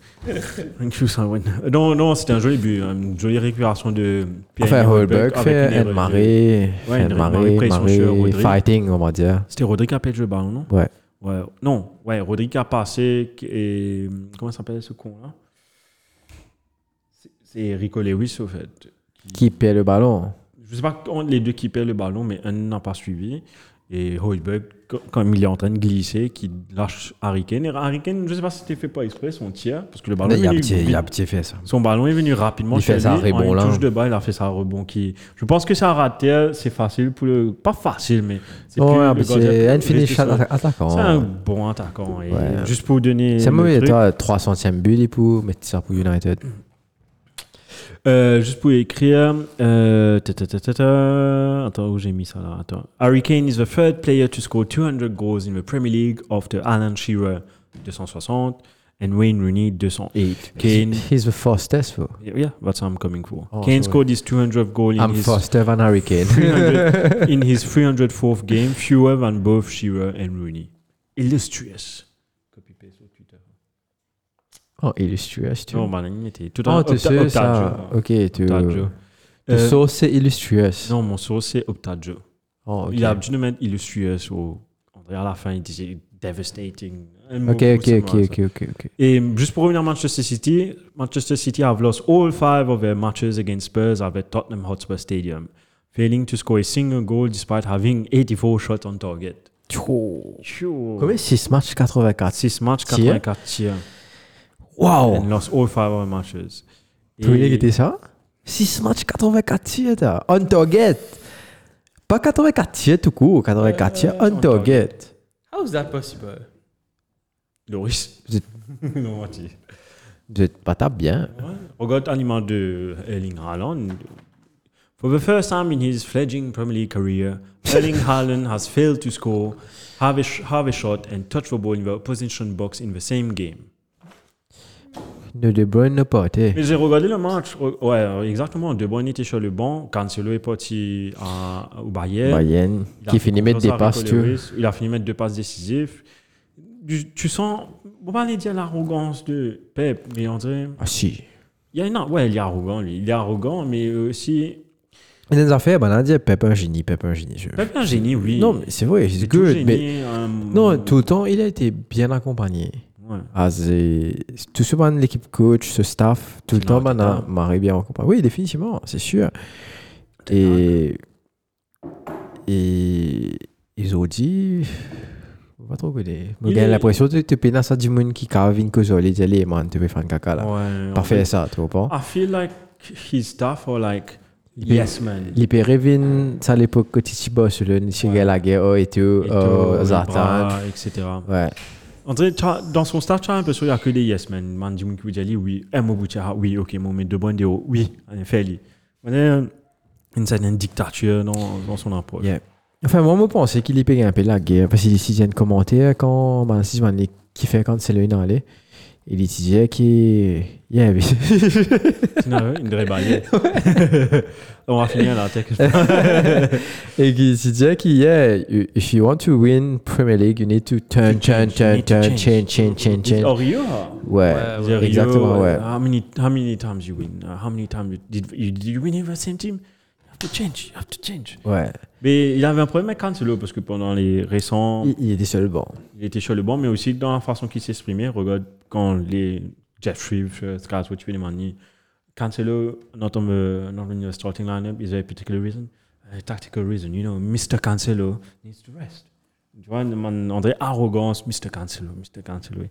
Thank you, Simon. Non, non, c'était un joli but. hein. Une jolie récupération de Pierre
Enfin, Holberg, fait
une
Anne Marie,
Ouais,
Anne
une Marie,
Marie,
pression sur
Marie,
Rodrigue.
fighting, on va dire.
C'était Rodrigue qui a perdu le ballon, non
Ouais.
Ouais, non, ouais, Rodrigue a passé et comment s'appelle ce con là C'est Rico Lewis au fait.
Qui perd le ballon
Je sais pas on- les deux qui perdent le ballon, mais un n'a pas suivi et Hoiberg co- comme il est en train de glisser, qui lâche Harry Kane. Et Harry Kane, je sais pas si c'était fait pas exprès son tir parce que le ballon
Il
est
a
venu
petit-
vite.
il a petit fait ça.
Son ballon est venu rapidement
Il
chez
fait ça à
lui, en
rebond,
une
là.
touche de balle, il a fait ça à rebond qui. Je pense que ça a raté, c'est facile pour le. Pas facile, mais c'est
Ouais,
plus- le
mais
gardien
c'est
peut
un finish
rester sur- c'est un
attaquant.
bon attaquant. et
Ouais.
Juste pour vous donner.
C'est
le
mauvais,
truc,
toi, 300e but, il pour mettre ça pour United.
euh, juste pour écrire. euh, ta, ta, ta, ta, ta. Attends, où j'ai mis ça là Attends. Harry Kane is the third player to score 200 goals in the Premier League after Alan Shearer, 260, and Wayne Rooney, 208. Kane.
He's the fastest, bro.
Yeah, that's what I'm coming for.
Oh, sorry.
Kane scored his 200th goal in
I'm
his, <laughs>
faster than Harry Kane.
300 in his 304th game, fewer than both Shearer and Rooney. Illustrious. Copy-paste sur Twitter.
Oh, illustrious, tu.
Non, Manon était tout en
Oh, tu
octa-
sais
octadjo.
ça. Ok, tu.
Octadjo.
Tu
Euh,
sauces, c'est illustrious.
Non, mon source, c'est Octadjo.
Oh, ok.
Il a dû nous mettre illustrieux sur. André, à la fin, il disait devastating. Un mot
Ok,
pour
ok,
ce
ok,
match.
ok, ok, ok.
Et juste pour revenir à Manchester City, Manchester City have lost all five of their matches against Spurs at Tottenham Hotspur Stadium, failing to score a single goal despite having 84 shots on target.
Combien 6 matchs 84
6 matchs,
Tirs?
84 tirs.
Wow
And lost all five of their matches.
Tu voulais
Et-
guetter ça 6 matchs 84 tirs, t'as. On target Pas 84 tirs tout court, 84 tirs
Euh, on
on target.
How is that possible?
Loris.
Vous êtes-
<laughs> non, Mathieu.
Vous êtes pas tape bien.
Regarde aliment de Erling Haaland. For the first time in his fledgling Premier League career, Erling <laughs> Haaland has failed to score, have a, sh- have a shot, and touch the ball in the opposition box in the same game.
Ne De Bruyne ne porté.
Mais j'ai regardé le match. re- Ouais, euh, exactement. De Bruyne était sur le banc. Cancelo est parti à, au Bayern.
Bayern,
euh, Il a
qui
fait
finit mettre des
confiance à
passes,
Rico
tu.
Lewis. Il a fini mettre deux passes décisives. Tu, tu sens, on va aller dire l'arrogance de Pep, mais on dirait.
Ah si.
Il y a une, ouais, il est arrogant, lui. Il est arrogant, mais aussi.
Il y a des affaires, ben on a dit Pep un génie, Pep un génie. je-
Pep est un génie, oui.
Non, mais c'est vrai, c'est
c'est tout
good.
génie.
Mais
euh,
non, tout le temps, il a été bien accompagné.
ouais.
Ah, c'est- tout ce ban, l'équipe coach, ce staff, tout le
Tina
temps, ben,
Arteta.
a Marie bien accompagné. Oui, définitivement, c'est sûr. Et, et ils ont dit, on va trop connaître.
Il
J'ai
est-
l'impression que tu peines à ça du monde qui cave une cause, les les man, tu peux faire un caca là.
Ouais, en
Pas
fait, Ah.
faire ça, tu vois pas.
I feel like his staff are like, yes, man.
Les périvines, c'est à l'époque que tu t'y bosses, le Nishigel Aguero oh, et tout,
Eto'o,
euh, Zlatan.
Ibra, etc.
Ouais.
André, tu as- dans son staff, tu as un peu sûr, il n'y a que des yes, man. Man, Jimmy Kubidjali, oui. Eh, Mobutia, oui, ok, mon, mais de bonnes déos, oui, en effet, lui. On est euh, une certaine dictature dans, dans son approche.
Yeah. Enfin, moi, je pense qu'il y paye un peu la guerre parce qu'il décide de commenter quand ben, si je m'en ai- qui fait quand c'est le une allée. Il disait qu'il. Yeah, <laughs> oui.
Sinon, euh, il
<laughs>
devrait bailler. <laughs> On va finir la tech.
Et qu'il disait qu'il, yeah, you- euh, if you want to win Premier League, you need to turn, turn, turn, turn, change, Oh. change, change, change.
Orio.
Ouais,
Ouais,
Orio,
exactement, ouais.
How many, how many times you win? Uh, how many times you, did, you, did you win ever same team? You have to change, you have to change.
Ouais.
Mais il avait un problème avec Cancelo parce que pendant les récents
Il, il est sur le banc.
il était sur le banc, mais aussi dans la façon qu'il s'exprimait. Regarde, quand les Jeff Shreves, Scott, what you really money, Cancelo, not on the, not on the starting lineup, is there a particular reason? A tactical reason, you know, Mr. Cancelo needs to rest. Tu vois, man- André, arrogance, Mr. Cancelo, Mr. Cancelo.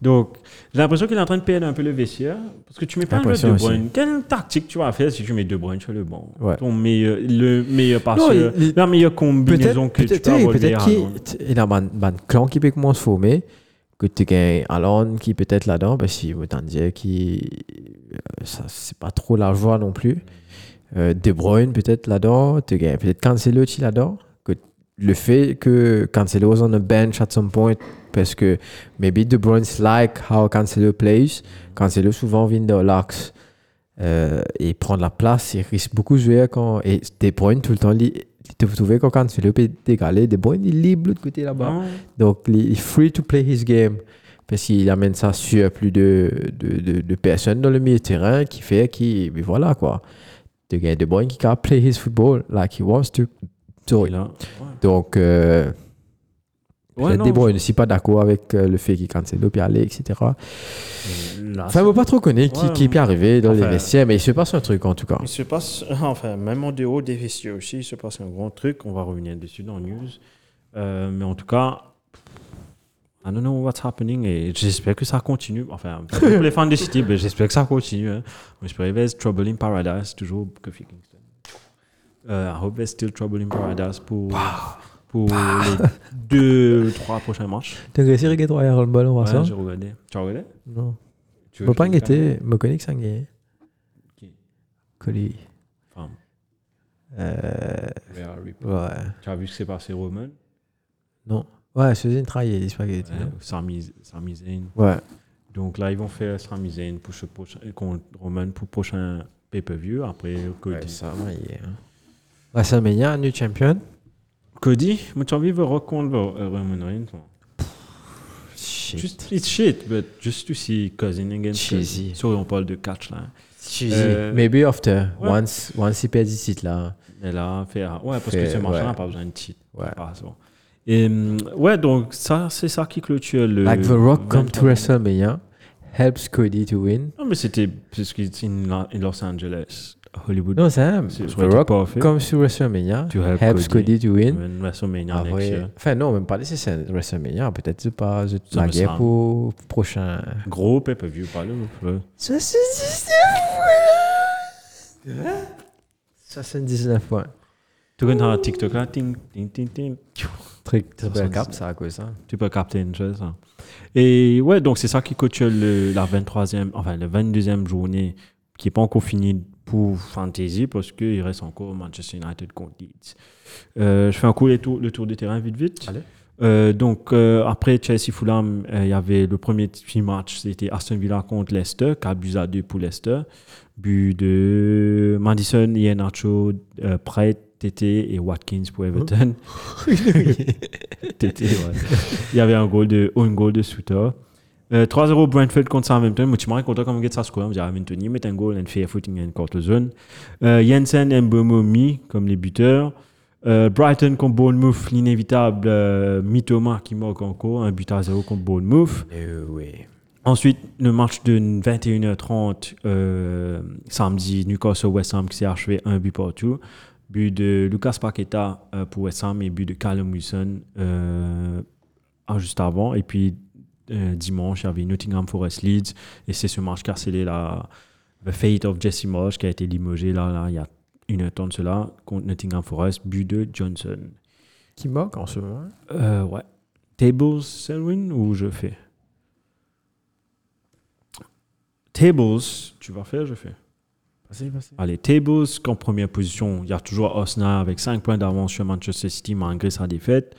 Donc, j'ai l'impression qu'il est en train de perdre un peu le vestiaire, parce que tu mets pas un peu
L'impression
De
aussi.
Bruyne. Quelle tactique tu vas faire si tu mets De Bruyne sur le banc
Ouais.
Ton meilleur, le meilleur
il-
passeur,
il-
la meilleure combinaison
Peut-être
que tu
peut-être
peux avoir.
oui, peut-être
derrière
qu'il
Haaland.
t- il y a un un clan qui peut commencer à se former, que tu gagnes Alan qui peut-être là-dedans, parce qu'il veut t'en dire qui euh, ça c'est pas trop la joie non plus. Euh, De Bruyne peut-être là-dedans, tu gagnes peut-être Cancelo qui là-dedans, que le fait que Cancelo was on a bench at some point parce que maybe De Bruyne's like how Cancelo plays, Cancelo souvent vient dans l'axe. Euh, et prendre la place, il risque beaucoup de jouer quand. Et De Bruyne, tout le temps, il il te trouver quand Cancelo peut dégaler. De Bruyne, il est libre de l'autre côté là-bas.
Non.
Donc, il est free to play his game. Parce qu'il amène ça sur plus de, de, de, de personnes dans le milieu de terrain qui fait qui. Mais voilà quoi. De gagner De Bruyne qui can play his football like he wants to. So,
Et là, ouais.
donc, euh,
Ouais, non,
De Bruyne, je ne suis pas d'accord avec euh, le fait qu'il Cancelo peut aller, etc.
je- là,
Enfin, je ne pas trop connaître qui,
Ouais,
qui peut arriver dans les
enfin-
vestiaires, mais il se passe un truc en tout cas.
Il se passe, <laughs> enfin, même en dehors des vestiaires aussi, il se passe un grand truc. On va revenir dessus dans News. Euh, mais en tout cas, I don't know what's happening et j'espère que ça continue. Enfin, <laughs> pour les fans de City, ben, j'espère que ça continue. Hein. On espère que there's Trouble in Paradise, toujours Kofi Kingston. Euh, I hope there's still Trouble in Paradise pour, pour les deux, <laughs> trois prochains matchs.
T'as réussi à regarder le ballon,
Ouais,
va ça
j'ai regardé. Tu as regardé
Non.
Tu
Je
veux
peux
que
pas
je te dise quand même
inquiéter, me connais que ça gagne.
Qui
Colis.
Enfin,
Euh.
we are rip-
Ouais.
Tu as vu ce qui s'est passé, Roman
Non. Ouais, c'est une trahi, il est pas gagné.
Ouais, Sami Sami Zayn.
Ouais.
Donc là, ils vont faire Sami Zayn pour ce prochain, contre Roman pour le prochain pay-per-view. Après, Cody.
ça, hein. ouais. WrestleMania, New Champion.
Cody, moi, tu as envie de rock contre euh, Roman Reigns. moi.
Shit.
Just, it's shit, but just to see Cousin again.
Cheesy.
Sorry, on parle de catch là.
Cheesy.
Euh,
Maybe after.
ouais.
Once, once il perd ce titre-là.
Mais là, faire. Ouais, parce
Fait,
que ce match-là
ouais.
n'a pas besoin de titre.
Ouais.
Ah, c'est bon. Et, hum, ouais, donc ça, c'est ça qui clôture le.
Like The Rock come to
23.
WrestleMania, helps Cody to win.
Non, mais c'était parce qu'il est in La- in Los Angeles, Hollywood.
Non, Sam.
C'est-
The
ça aurait été
Rock
parfait.
comme sur WrestleMania,
To help
helps Cody
Cody.
to win.
When WrestleMania
Ah
next
ouais.
year.
Enfin, non, même pas les scènes WrestleMania. Peut-être c'est pas je te
Ça me
laguais
semble.
pour pour prochain.
Gros pay-per-view, pas le. ouais.
79 points.
Tu connais un TikTok là, ting, ting, ting, ting.
Truc
Ça
super
sonne-
cap, ça, quoi,
<laughs>
ça.
tu peux capter une chose. hein. Et ouais, donc c'est ça qui clôture le- la 23e, enfin la 22e journée qui n'est pas encore finie pour Fantasy parce qu'il reste encore Manchester United contre Leeds. Euh, je fais un coup le tour, le tour du terrain vite vite.
Allez.
Euh, donc euh, après Chelsea-Fulham, euh, il y avait le premier petit match, c'était Aston Villa contre Leicester, qui a abusé à 2 pour Leicester. But de Madison, Ian Nacho, euh, Pride, Tété et Watkins pour Everton. Tété, ouais. Il y avait un goal de, oh, un goal de Souter. Euh, 3-0 Brentford contre Southampton. Moi, je suis content quand on get ça score. Je Hamilton, il met un goal and fait footing and quarter zone. Euh, Jensen et Mbomo mis comme les buteurs. Euh, Brighton contre Bournemouth, l'inévitable euh, Mitoma qui manque encore. Un but à zéro contre Bournemouth.
Euh, oui.
Ensuite, le match de 21h30 euh, samedi, Newcastle-West Ham qui s'est achevé un but partout. But de Lucas Paqueta euh, pour West Ham et but de Callum Wilson euh, ah, juste avant. Et puis euh, dimanche, il y avait Nottingham Forest Leeds et c'est ce match qui a scellé la the fate of Jesse Marsh qui a été limogé là, là, il y a une heure temps de cela contre Nottingham Forest, but de Johnson.
Qui moque en ce moment
Euh, ouais. Tables Selwyn ou je fais Tables, tu vas faire, je fais.
Passez, passez.
Allez, Tables en première position. Il y a toujours Osna avec 5 points d'avance sur Manchester City malgré sa défaite,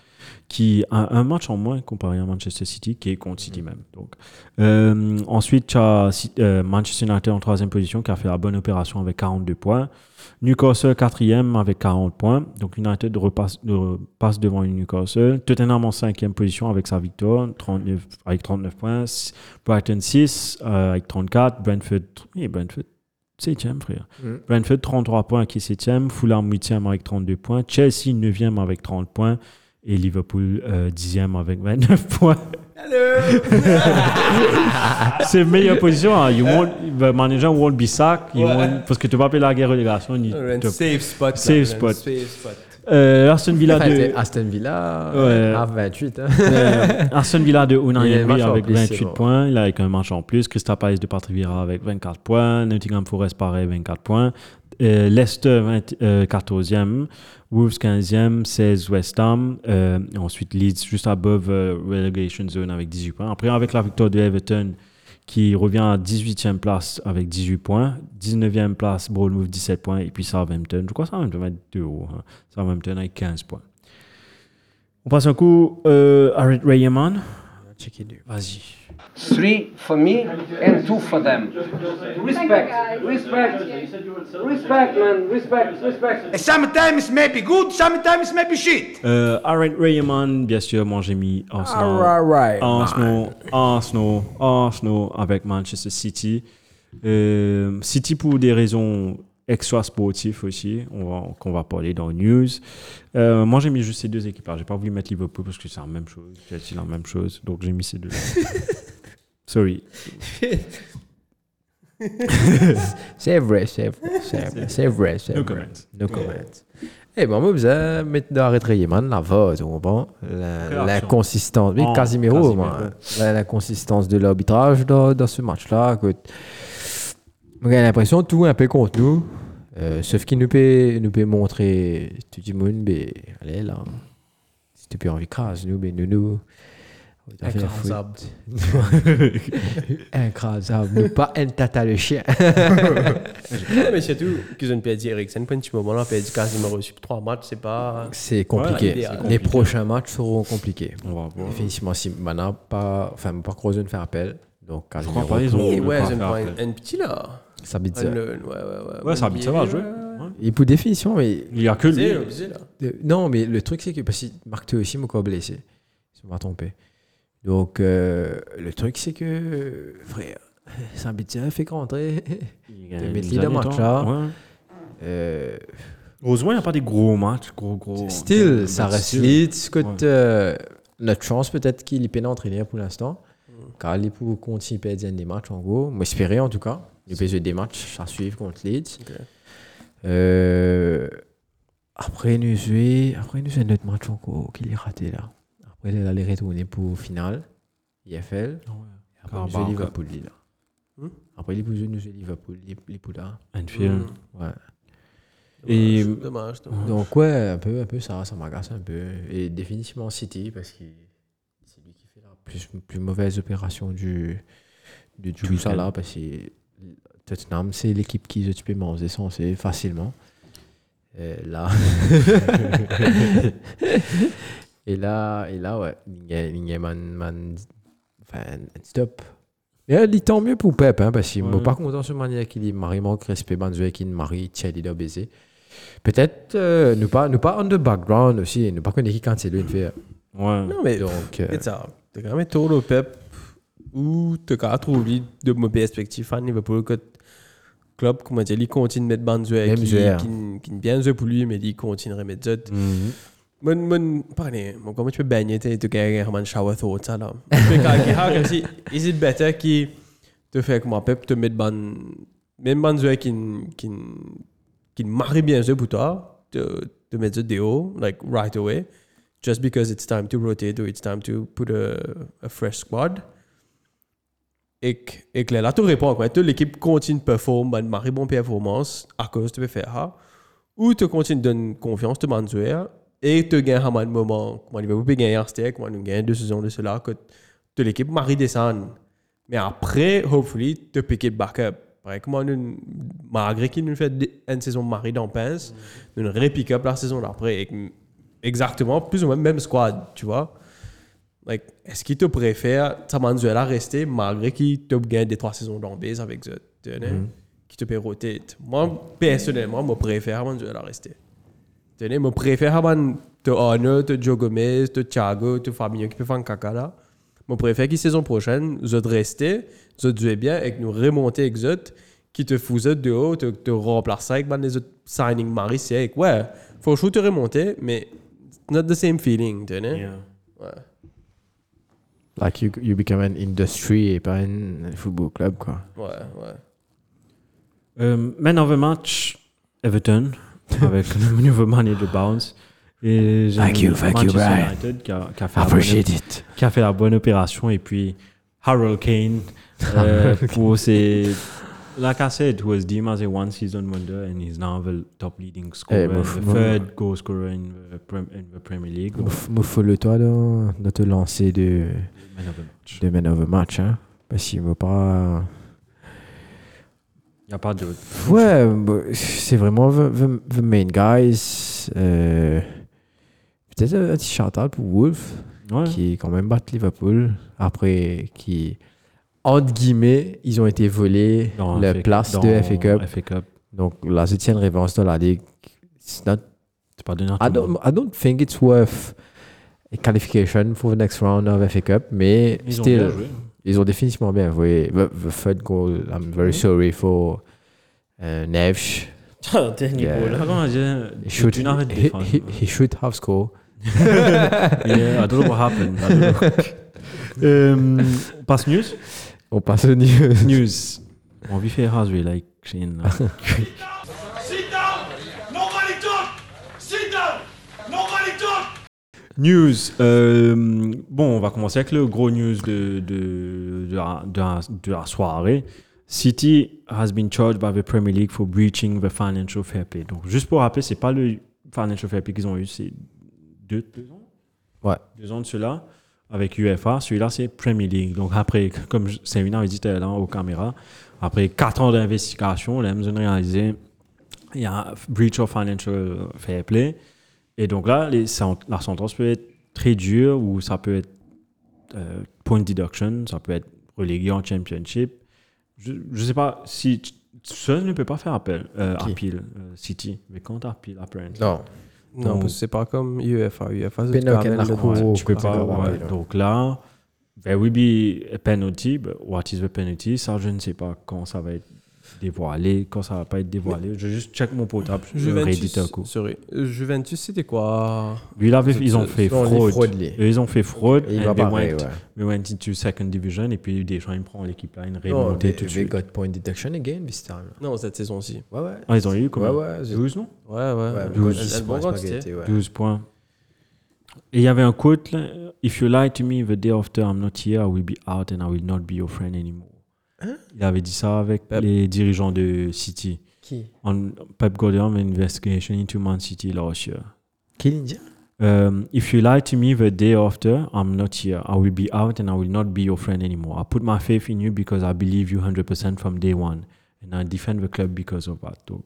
qui a un match en moins comparé à Manchester City, qui est contre City même. Donc. Euh, ensuite, tu as Si- euh, Manchester United en troisième position, qui a fait la bonne opération avec 42 points. Newcastle quatrième avec 40 points. Donc United repasse, euh, passe devant Newcastle. Tottenham en cinquième position avec sa victoire, 39, avec 39 points. S- Brighton 6 avec 34. Brentford, oui, Brentford 7e, frère.
Mm.
Brentford 33 points qui est 7e. Fulham 8e avec 32 points. Chelsea 9e avec 30 points. Et Liverpool euh, 10e avec 29 <laughs> points. <laughs> C'est meilleure position. hein. You won't, the manager won't be sacked. You
Ouais.
won't- parce que tu vas appeler la guerre relégation. ni- te-
Oh, Safe spot.
Safe
là,
spot.
Safe spot.
Euh, Aston Villa
Enfin,
de
c'est Aston Villa,
Ouais.
à 28.
<laughs>
hein.
euh, Aston Villa de Unai
Il a un
Emery
match en
avec
plus,
28
c'est bon.
points, il a avec un match en plus, Crystal Palace de Patrick Vieira avec 24 points, Nottingham Forest pareil 24 points, Euh, Leicester 20 euh, 14e, Wolves 15e, 16 West Ham, euh, et ensuite Leeds juste above euh, relegation zone avec 18 points. Après avec la victoire de Everton qui revient à 18e place avec 18 points, 19e place Bournemouth 17 points et puis Southampton, je crois que Southampton va être de haut, hein. Southampton avec 15 points. On passe un coup euh, à Ray- Raymond. Vas-y.
three for me and two for them. Respect, respect, respect, man, respect, respect.
Sometimes may be good, sometimes may be shit.
Euh, Aaron Raymond, bien sûr, moi j'ai mis Arsenal.
Alright.
Arsenal, Arsenal, Arsenal avec Manchester City. Euh, City pour des raisons extra-sportives aussi, on va, qu'on va parler dans News. Euh, moi j'ai mis juste ces deux équipes. Alors, J'ai pas voulu mettre Liverpool parce que c'est la même chose, Chelsea la même chose, donc j'ai mis
<laughs>
ces deux. Sorry.
C'est vrai, c'est
<laughs>
vrai, c'est vrai, c'est vrai. c'est
No
vrai.
comment.
No comment. Eh ben, moi, vous avez maintenant arrêté Yéman, la vote, on comprend La-
Réaction.
L'inconsistance, oui,
Oh,
Casimiro,
Casimiro.
moi. La- L'inconsistance de l'arbitrage dans, dans ce match-là. écoute. J'ai l'impression que tout est un peu contre nous. Euh, sauf qu'il nous peut, nous peut montrer, tu dis, Moon, ben, allez là. Si tu peux envie, crasse, nous, ben, nous, nous. On a fait la faute.
Incrasable.
Incrasable. Nous, pas un tata le chien.
Ouais, mais surtout, qu'ils ont perdu Eriksen, pour un petit moment, là, perdu Casimiro sur trois matchs, c'est pas.
C'est
Ouais,
compliqué.
l'idée, c'est
Les
compliqué.
prochains matchs seront compliqués.
On va voir.
Définitivement, si Mana pas, enfin, pas Crozen fait appel, donc
Je
Casemiro,
crois pas, ils ont.
Oui,
on
ouais,
peut pas
j'aime
faire
pas
appel.
un petit là.
ça bite ça.
Un le- Ouais, ouais, ouais.
Ouais, ça, ça va jouer.
Et pour définition, mais
Il y a que lui.
Bizet, Bizet, là.
euh, non, mais le truc c'est que parce que Marc Théochim est encore blessé, je m'a trompé. Donc euh, le truc c'est que euh, frère, <laughs> ça bite ça fait rentrer. <laughs>
Il y a
Des Midland
des années,
match,
toi.
là.
Ouais.
Euh,
Heureusement, il n'y a pas des gros matchs, gros, gros.
Still, ça
But
reste
still.
Leeds. Côté,
Ouais.
euh, notre chance, peut-être qu'il est peiné à entraîner pour l'instant.
Mm.
Car il est pour continuer à perdre des matchs, en gros. Moi, j'espérais en tout cas. Il peut jouer des matchs à suivre contre Leeds. Euh, après, nous jouer, après, nous jouer notre match encore qu'il est raté là. Après, il allait retourner pour finale, IFL. Après, nous jouer
Carabao
Liverpool là.
Hmm?
Après, il peut jouer- nous jouer Liverpool, les, les Poulards.
Anfield.
Ouais.
Et-
Dommage, Dommage, dommage.
Donc ouais, un peu, un peu ça, ça m'agace un peu. Et définitivement City, parce que c'est lui qui fait la plus, plus mauvaise opération du, de tout ça
week-end.
là, parce que Tottenham, c'est l'équipe qui, je peux manger censé facilement. Euh, là. et là, et là, ouais, il y a- il y a man, man, enfin, stop. Et elle dit tant mieux pour Pep, hein, parce que moi,
Ouais.
par contre, dans ce manière qu'il dit, Marie manque respect, Banzoué, qui Marie, Tchad, il a baisé. Peut-être, euh, nous pas, nous pas on the background aussi, nous pas connaître qui quand c'est lui, il fait.
Ouais.
Non, mais.
Donc, euh,
Et ça, t'as quand même tour le pep ou t'as quand même trouvé de ma perspective fan Liverpool que club comment dire il continue de mettre Banzoué
Même
qui
joueur.
qui qui ne bien joué pour lui mais il continuerait de mettre zot
Mhm.
mon mon parlez mon comment tu peux baigner t'es de guerre man shower thought ça là Mais quand il a comme si is it better qui te fait comment pep te mettre ban même Banzoué qui qui qui marie bien joué pour toi te te mettre zot déo like right away just because it's time to rotate or it's time to put a, a fresh squad. Et, que- et que là, là, tout répond. Quoi. Toute l'équipe continue de performer, une marée bonne performance à cause de faire Ou tu continues de donner confiance, tu m'en Et tu gagnes à un moment, comment Liverpool peut gagner Arsenal, comment nous gagnons deux saisons de cela, que toute l'équipe marie descend. Mais après, hopefully, tu peux le backup. Pareil, comment nous, malgré qu'il nous fait une saison marie dans Pince, nous repick up la saison d'après. avec Exactement, plus ou moins même squad, tu vois. Like, Est-ce qu'il te préfère Samanzuela rester malgré qu'il te gagne des trois saisons dans base avec eux tu vois, né? Qui te peut roter Moi, personnellement, je préfère Samanzuela rester. Tu vois, né? je préfère avant te Arnaud, te Joe Gomez, te Thiago, te Fabinho qui peut faire un caca là. Je préfère qu'ils saison prochaine, vous êtes restés, vous êtes jouez bien et que nous remonter avec eux qui te fous de haut, te, te remplacer avec ben, les autres signings Maris. C'est avec, ouais, faut que te remonter, mais it's not the same feeling, tu vois. né?
Yeah.
Ouais.
Like you, you become an industry et pas un football club, quoi.
Ouais, ouais.
Euh, man of the match,
<laughs>
Everton, avec le nouveau manager Bounce. Et j'ai
Thank you, thank you,
Manchester
Brian.
United qui a,
Ah,
qui a fait la bonne-
Appreciate it.
qui a fait la bonne opération. Et puis Harold
<laughs>
Kane euh, pour ses. Like I said, he was deemed as a one-season wonder and he's now the top leading scorer,
Eh,
and
bof, Mm.
the
bof.
third goal scorer in the, prem, in the Premier League.
Nous f- Nous faut le toi de, de te lancer de,
Man of the match.
de man of the match, hein. Parce qu'il veut pas.
Il n'y a pas de.
Ouais, bah, c'est vraiment the, the- the main guys. euh, Peut-être un petit chantal pour Wolf.
Ouais.
qui quand même battent Liverpool après qui entre guillemets ils ont été volés
Dans
la
FA
place de
dans
FA Cup
FA Cup.
donc la septième révérence de la ligue It's not-
C'est pas donné
I
à tout le
don't I don't think it's worth a qualification for the next round of FA Cup mais
Ils ont
still,
bien
<laughs>
joué.
ils ont définitivement bien joué the, the third goal I'm very sorry for uh, Neves
Dernier
Yeah. goal.
goal. Comment dire
he should,
une arrêt
<laughs>
de
he,
défense.
he- he should have scored
Yeah, I don't know what happened. I don't
<laughs>
know.
Um,
Euh, on passe news.
on passe au news
News. On vit faire raser like Shane. là.
Sit down! Nobody talk! Sit down! Nobody talk!
news. Euh, bon, on va commencer avec le gros news de, de, de, la, de la- de la soirée. City has been charged by the Premier League for breaching the financial fair play. Donc, juste pour rappeler, c'est pas le financial fair play qu'ils ont eu, c'est deux, deux ans.
Ouais.
Deux ans de cela avec UEFA. Celui-là, c'est Premier League. Donc, après, comme je- Sémina avait dit tout à l'heure aux caméras, après quatre ans d'investigation, la Amazon a réalisé il y a un breach of financial fair play. Et donc là, les sen- la sentence peut être très dure ou ça peut être euh, point deduction, ça peut être relégué en championship. Je ne sais pas si Sun ne peut pas faire appel euh,
Qui?
à Peel, euh, City, mais quand à Peel, apparemment.
non
Non,
Donc-
parce que c'est pas comme UEFA. UEFA, c'est
Pénoc
quand même
and
le-
Larcourt.
Ouais, tu peux
tu peux
Oh, pas.
pas
ouais.
rappeler, là.
Donc là, there will be a penalty, but what is the penalty? Ça, je ne sais pas quand ça va être dévoilé, quand ça va pas être dévoilé. Je juste check mon portable, je vais rééditer un coup.
Juventus, sorry. Euh, Juventus, c'était quoi
Lui, là, ils ont fait
Ils ont les
fraude.
fraudes, les.
Ils ont fait fraude.
il
and
va
they
parler
went,
ouais
they went into second division et puis des gens, ils prennent l'équipe là, ils
Non,
remontent
they-
tout de
they
suite.
got point detection again this time.
Non, cette saison-ci.
Ouais, ouais.
Ah, ils ont eu combien
Ouais, ouais, j'ai-
12, non
Ouais, ouais.
Ouais,
douze.
ils
Elle-
se
elle- bon,
font
quand
spaghetti,
c'était-
ouais.
12 points. Et il y avait un quote là, If you lie to me the day after I'm not here, I will be out and I will not be your friend anymore. Il avait dit ça avec
Pep.
les dirigeants de City. On Pep Guardiola an investigation into Man City last year.
Qui l'Indien
Um, if you lie to me the day after I'm not here, I will be out and I will not be your friend anymore. I put my faith in you because I believe you 100% from day one. And I defend the club because of that. Donc,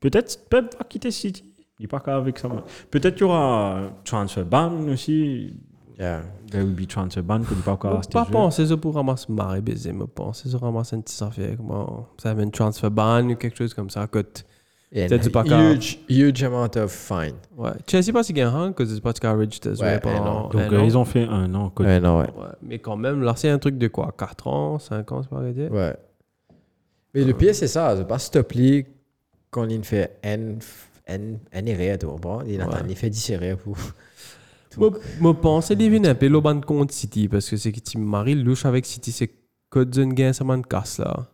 peut-être Pep va quitter City. Il n'est pas qu'avec ça. Peut-être qu'il y aura euh, transfer ban aussi. There will be transfer ban pour pas
Moi,
qu'à
Pas penser ça pour ramasser Marie baiser, mais penser ça ramasser une petite affaire. Comment ça amène transfer ban ou quelque chose comme ça. Écoute, Peut-être du Packard.
Huge, huge amount of fine.
ouais. Chelsea pas si gagnant, que c'est pas si carriage de
Ouais,
jouer
eh non.
pendant.
Donc,
eh
euh,
non.
ils ont fait un an. côté-
Ouais, non, ouais.
Ouais, Mais quand même, là, c'est un truc de quoi 4 ans, 5 ans, c'est pas arrêté
ouais. Mais le pire, c'est ça. C'est pas stop league quand il fait N, N, N et rien, tu comprends Il
Ouais.
attend, il fait 10 et rien pour.
Moi, moi, pensez devine un peu le ban contre City, parce que c'est que tu maries louche avec City, c'est que d'une gain, ça m'en casse là.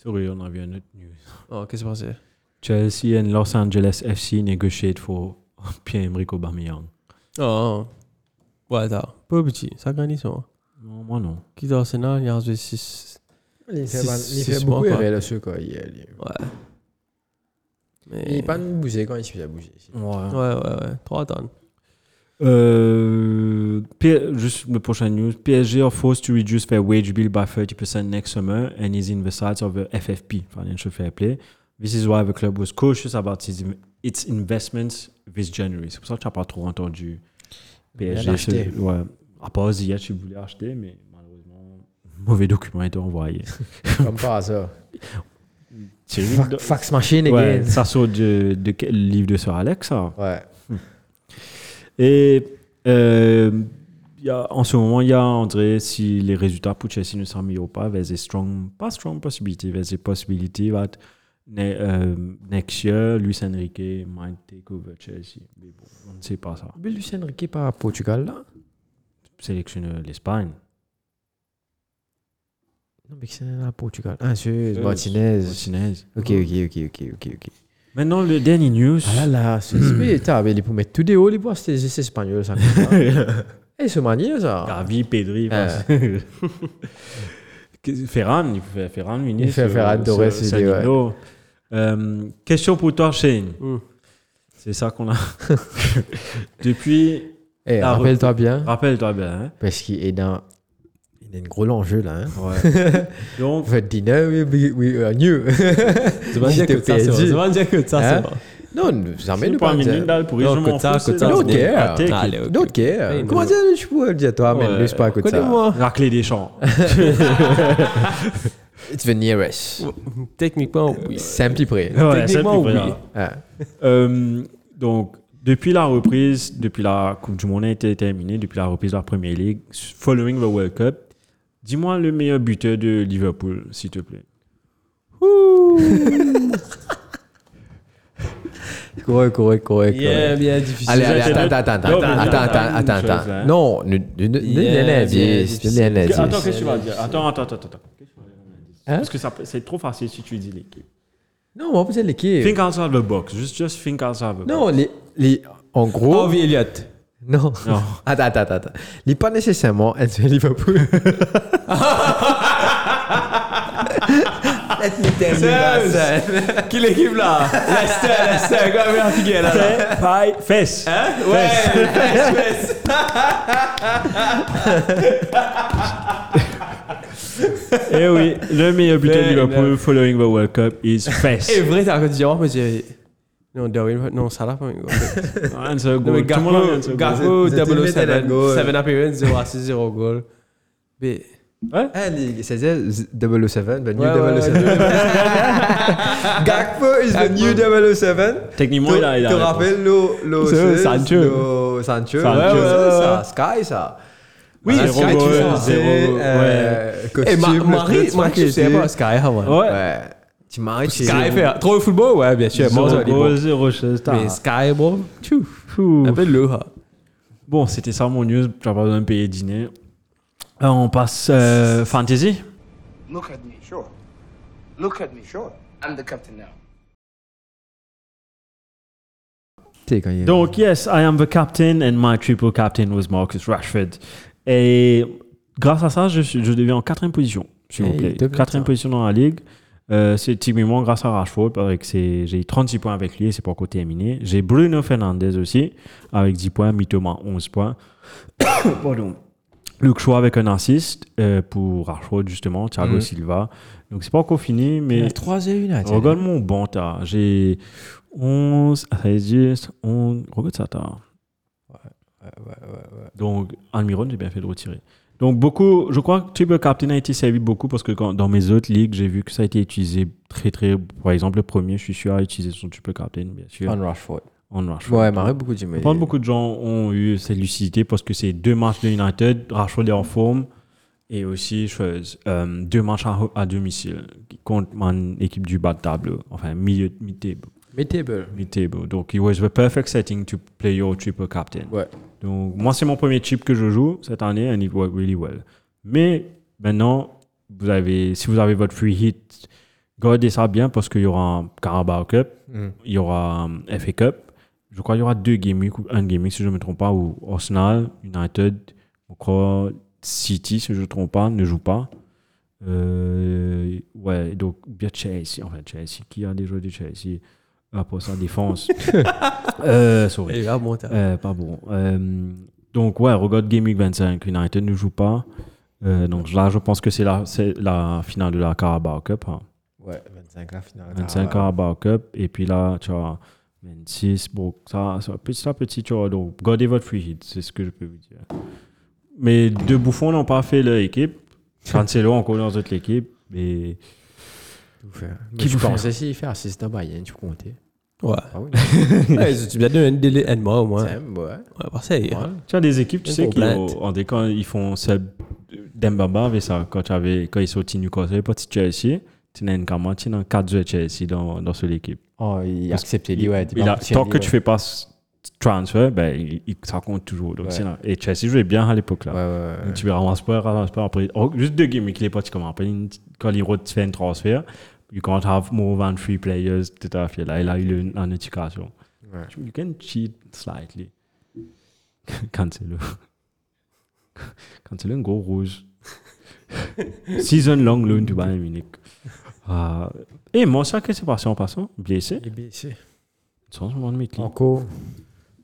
Sorry, on avait une autre news.
Oh, qu'est-ce qui s'est passé
Chelsea and Los Angeles FC negotiate for Pierre-Emerick Aubameyang.
Oh, oh. ouais, t'as pas petit, ça grandit ça.
Non, moi non.
Qui d'Arsenal, il y a 6.
Il
fait
fait,
ban- il fait
beaucoup
beaucoup
et
errer
là-dessus, quoi. Il,
Ouais.
Il n'est pas bougé quand il se faisait bouger.
Ouais.
Ouais, ouais, ouais. Trois tonnes.
Euh, P- juste le prochain news. PSG are forced to reduce their wage bill by 30% next summer and is in the sights of the FFP, Financial Fair Play. This is why the club was cautious about its, its investments this January. C'est pour ça que tu n'as pas trop entendu PSG.
acheté.
c'est- Ouais. À part Ziyech, tu voulais acheter, mais malheureusement, <laughs> mauvais document a été envoyé.
Comme par hasard.
C'est
Fa- Fax machine
Ouais,
again.
ça sort de, de quel livre de Sir Alex, ça
Ouais.
Et euh, il y a- en ce moment, il y a André, si les résultats pour Chelsea ne sont meilleurs pas, there's a strong, pas strong possibility, there's a possibility that ne- euh, next year, Luis Enrique might take over Chelsea. Mais bon, on ne sait pas ça.
Mais Lucien Riquet par Portugal là.
Sélectionne l'Espagne.
Non, mais c'est là Portugal. Ah, c'est
Euh,
Martinez.
Martinez.
Ok, ok, ok, ok, ok, ok.
Maintenant, le dernier news.
Ah là là, c'est mais t'as mais les pour mettre tout des hauts les bois, c'est c'est espagnol ça. Et ce manier ça.
Gavi, Pedri.
Ah.
enfin, <laughs> Qu'est- Ferran, il fait Ferran, Vinicius,
Il fait Ferran,
euh,
Torres,
Sa-
il dit, ouais.
Sanino. Euh, question pour toi, Shane.
Mm.
C'est ça qu'on a. <laughs> Depuis,
Eh,
Ah,
rappelle-toi bien
rappelle-toi bien. hein.
parce qu'il est dans il y a un gros enjeu là. Hein. <laughs>
Donc,
Votre dîner, we, we, we are new.
<laughs> C'est pas dire
J'étais
que ça, c'est
perdu.
C'est pas dire que ça,
Hein?
c'est bon.
non, jamais
c'est
le
pas un
pas
minute
dire.
là pour
Non,
je m'en
que ça,
fous,
que
c'est-
ça,
c'est
c'est-
des-
Ah,
Ah,
t'es-
allez, ok.
Don't care.
Hey,
Comment
nous-
dire, je peux le dire toi, mais
Ouais.
laisse pas écouter ça.
Connais-moi.
Racler des champs.
It's the nearest.
Techniquement, oui.
C'est un petit prix.
Ouais, c'est le plus
Techniquement,
vrai,
oui.
là.
Ah.
Euh, donc, depuis la reprise, depuis la Coupe du Monde a été terminée, depuis la reprise de la Premier League, following the World Cup, dis-moi le meilleur buteur de Liverpool, s'il te plaît.
Correct, correct, correct.
Bien,
correct.
bien difficile.
Allez,
J'essaie
allez,
de-
attends, attends,
Non,
attends,
mais
attends,
attends,
attends,
une
attends,
chose,
attends.
là.
Non, ne- ne- ne-
Yeah,
donne un indice,
bien,
donne un indice.
attends, qu'est-ce que tu vas dire Attends, attends, attends. attends. Qu'est-ce que tu vas dire, on a dit
Hein
Parce que ça peut- c'est trop facile si tu dis l'équipe.
Non, on va poser l'équipe.
Think outside the box. Just, just think outside the box.
Non, les, les, en gros.
Harvey Elliott.
Non.
Non.
<laughs> Attends, attends, attends, attends. Il n'est pas nécessairement un seul Liverpool. Let me tell you about that.
Qui l'équipe là Leicester, Leicester, quoi, mais la figure là là.
Fais- faille- Fesse.
Hein Ouais, fesse, fesse.
Eh oui, le meilleur buteur de
Mais-
Liverpool
mais-
following the World Cup
<laughs>
is Fess.
Et vrai, t'as encore dit, oh, mais j'ai- Non, Darwin, non, Salah, pas encore.
Answer
Eh, Non,
goal. Tout le monde
mais
a mis
Gakpo,
answer goal.
Gakpo,
Vous êtes aimé Talent
007,
Goal.
7 appearance, 0 assist, 0 goal. Mais-
Ah, les- C'est-à-dire z- 007, the new
Ouais, ouais,
007. Gakpo is the new 007.
Techniquement,
Tu-
il a- il a
Tu
la réponse.
rappelles le, le
C'est
c'est-
Sancho.
le Sancho.
Sancho.
Ouais, ouais,
Ouais,
ouais,
ouais.
ça, Sky, ça.
Oui,
Sky,
zéro
tu
goal,
pensais,
zéro-
euh,
<laughs> Eh,
costume,
Ma-
le
Marie,
truc,
Marie, tu sais
marketing.
pas, Sky, ah, ouais.
Ouais.
Ouais. Tu m'arrêtes chez
Sky fait trop de football, ouais, bien sûr.
Zéro
Bon, ça, les
goal,
bons.
zéro chose, t'as-
Mais Sky, bon, tchou.
Ouh.
Appelle-le, hein.
Bon, c'était ça mon news. Tu pas besoin de payer dîner. Euh, on passe euh, fantasy.
Look at me, sure. Look at me, sure. I'm the captain now.
T'es quand il-
Donc, yes, I am the captain and my triple captain was Marcus Rashford. Et grâce à ça, je, suis- je deviens en quatrième position, s'il vous
Hey,
plaît.
top,
Quatrième
ça.
position dans la ligue. Euh, c'est typiquement grâce à Rashford. parce que c'est- J'ai eu 36 points avec lui et c'est pour côté terminé. J'ai Bruno Fernandez aussi avec 10 points, Mitoma 11 points. <coughs> Pardon. Luke Shaw avec un assist euh, pour Rashford justement, Thiago Silva. Donc c'est pas encore fini, mais
Il a 3 et 1 là. tiens.
Regarde mon banc, t'as. J'ai 11, 16, 11. Regarde ça, t'as. Ouais, ouais, ouais, Donc, Almiron, j'ai bien fait de retirer. Donc, beaucoup, je crois que Triple Captain a été servi beaucoup parce que quand- dans mes autres ligues, j'ai vu que ça a été utilisé très, très. Par exemple, le premier, je suis sûr, a utilisé son Triple Captain, bien sûr.
On Rashford.
En marche.
Ouais, Marie, beaucoup de mais...
Je pense que beaucoup de gens ont eu cette lucidité parce que c'est deux matchs de United, Rashford est en forme, et aussi chose, euh, deux matchs à, à domicile contre mon équipe du bas de tableau, enfin milieu mid-table.
Mais t'es belle.
mid-table. Donc, it was the perfect setting to play your triple captain.
Ouais.
Donc, moi, c'est mon premier chip que je joue cette année, and it worked really well. Mais maintenant, vous avez, si vous avez votre free hit, gardez ça bien parce qu'il y aura un Carabao Cup, il y aura un FA Cup. Je crois qu'il y aura deux game week ou un game week, si je ne me trompe pas, où Arsenal, United, je crois City, si je ne me trompe pas, ne joue pas. Euh, ouais, donc, bien Chelsea, enfin Chelsea, qui a des joueurs de Chelsea Ah, pour sa défense. euh, sorry.
Et là, bon, t'as-
Euh, pas bon. Euh, donc, ouais, regarde Game Week 25. United ne joue pas. Euh, donc là, je pense que c'est la, c'est la finale de la Carabao Cup. hein.
Ouais, 25 la finale.
25 Carabao Cup. Et puis là, tu as 26. Bon, ça, ça, petit à petit, tu vois. Donc, gardez votre free hit, c'est ce que je peux vous dire. Mais deux bouffons n'ont pas fait leur équipe. Cancelo encore dans toute l'équipe. Et
Qui
vous
vous
fait
pensais s'il fait assist à Bayern, tu comptais
Ouais.
Ah <laughs> oui.
Ouais, <laughs> Tu m'as donné un délai, un mois au moins.
Tiens, ouais.
Ouais, Marseille.
Ouais.
tu as des équipes, tu
Une
sais, qui
complainte.
ont- en des quand ils font Seb Dembaba avec ça. Quand, tu avais, quand ils sont au Newcastle, pas de Chelsea, tu n'as une camarade, tu n'as un 4 de Chelsea dans, dans cette équipe.
Oh, il a
Parce
accepté, lui,
Il-
ouais.
il a- tant que tu fais pas ce transfert, ben, il- il- ça compte toujours. Donc,
Ouais.
c'est là. Et Chelsea jouait bien à l'époque. là.
Ouais, ouais, ouais.
Euh, Tu verras un sport, un sport après. oh, juste deux games, mais qu'il est parti comme après. une- Quand il refait un transfert, you can't have more than three players. Tout à fait. Là, il a eu une- une notification.
Ouais.
You can cheat slightly. <laughs> Cancelo. Cancelo, un gros rouge. Season long loan du Bayern Munich. Ah, et mon sac, qu'est-ce qui s'est passé en passant Blessé.
Il est blessé. Oh.
Changement de métier.
Encore.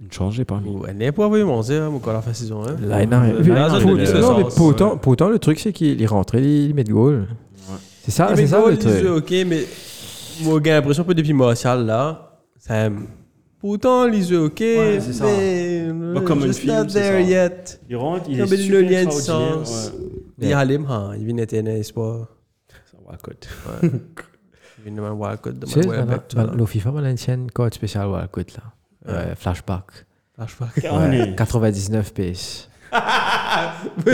Une change, j'ai pas mis.
Ouais, n'est pas voulu manger, hein, mon corps, la fin de saison. hein.
Là, il n'a rien.
Là, il n'a
Pour-
rien.
Euh, Non, mais
Ouais.
pourtant, pourtant, le truc, c'est qu'il est rentré, il met de goal. C'est ça,
Et
Ah, c'est
mais
ça
goal, oh,
le
les yeux,
truc.
ok, mais moi, j'ai l'impression que depuis Martial, là, ça aime. Pourtant, les yeux, ok,
c'est ça.
mais euh,
Pas comme
just
une film,
not
c'est
there
ça.
yet.
Il rentre,
Il y a le lien de
hein.
sens. Il y a Halim, hein, il vient d'être un espoir.
<laughs>
Il vient de un wildcard de
Tu sais,
my way back to
dans- dans-
love.
le FIFA, on a une chaîne code spécial Wildcard, là. Euh, Flashback.
Ah, je sais pas.
Ouais,
Ouais.
99 PS. Eh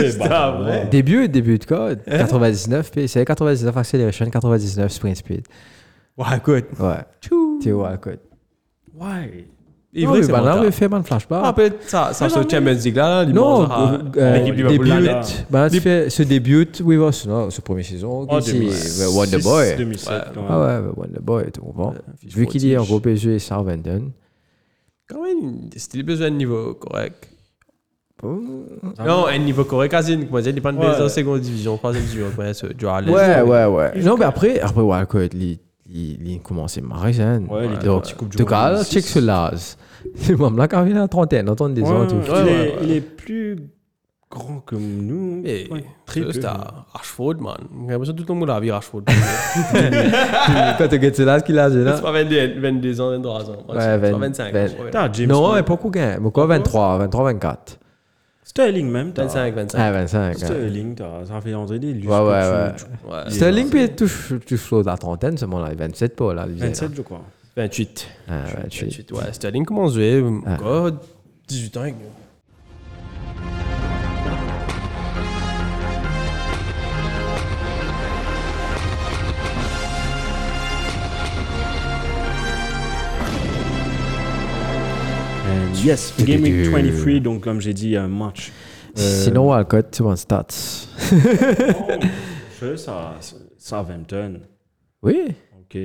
C'est
bah,
pas
hein.
vrai.
Début, début de code.
Hein?
99 PS. C'est 99 Acceleration, 99 Sprint Speed.
Wildcard.
Ouais. Tu vois, écoute.
Ouais.
Il est
Non,
vrai
mais
que c'est
bah là,
mental.
mais fait man flashback.
Ah, peut-être ça, ça,
Mais
c'est
non,
au Champions League, là, là, il
non,
mangera,
euh,
hein,
euh,
l'équipe Liverpool,
début,
là, là.
bah, tu fais ce début with us, non, ce premier saison,
En
c'est
2006,
euh, Wonder Boy.
2007, quand même.
Ah ouais, bah, Wonder Boy, tu comprends.
fiche
Vu qu'il est en
prodige.
gros PSG et Sarvenden,
Quand même, c'était besoin de niveau correct.
ouais,
Non, un niveau correct, quasi, comme je disais, il dépend de
Ouais.
la seconde division, troisième division, ouais, ce dual.
ouais, ouais. Non, mais après, après, ouais, écoute, il, il, il commence à marrer, hein.
Ouais, il était
Donc,
parti Coupe du
tu
Monde
vois,
2006.
check ce <laughs> Laz. Même là, quand il est en trentaine, en trentaine des
Ouais,
ans, tout.
il, est, il est plus grand que nous.
Et
Ouais, très
c'est
peu.
ça, Rashford, man. J'ai l'impression que tout le monde a vu <laughs> Rashford.
Quand tu regardes ce Laz qu'il a, c'est là.
C'est pas 22, 22 ans, 23 ans.
Ouais,
c'est pas
20,
25.
vingt-
ouais.
T'as James
Non,
Ward.
mais pas combien. Mais quoi, 23, 23, 24.
Sterling même. t'as-
25, 25.
Ah, 25. hein.
Sterling, t'as- ça fait André des lustres
Ouais, ouais,
que
ouais.
tu-
Ouais.
Sterling peut touche touche la trentaine seulement là, 27 pas là. lui,
27, je crois.
28.
là. Ah, 28.
28, ouais. Sterling commence à jouer. encore 18 ans, avec nous.
And yes, Game Week 23, donc comme j'ai dit, un match. Euh,
Sinon Euh, Walcott, tu vois stats.
Je sais, ça, ça, Southampton.
Oui.
Ok.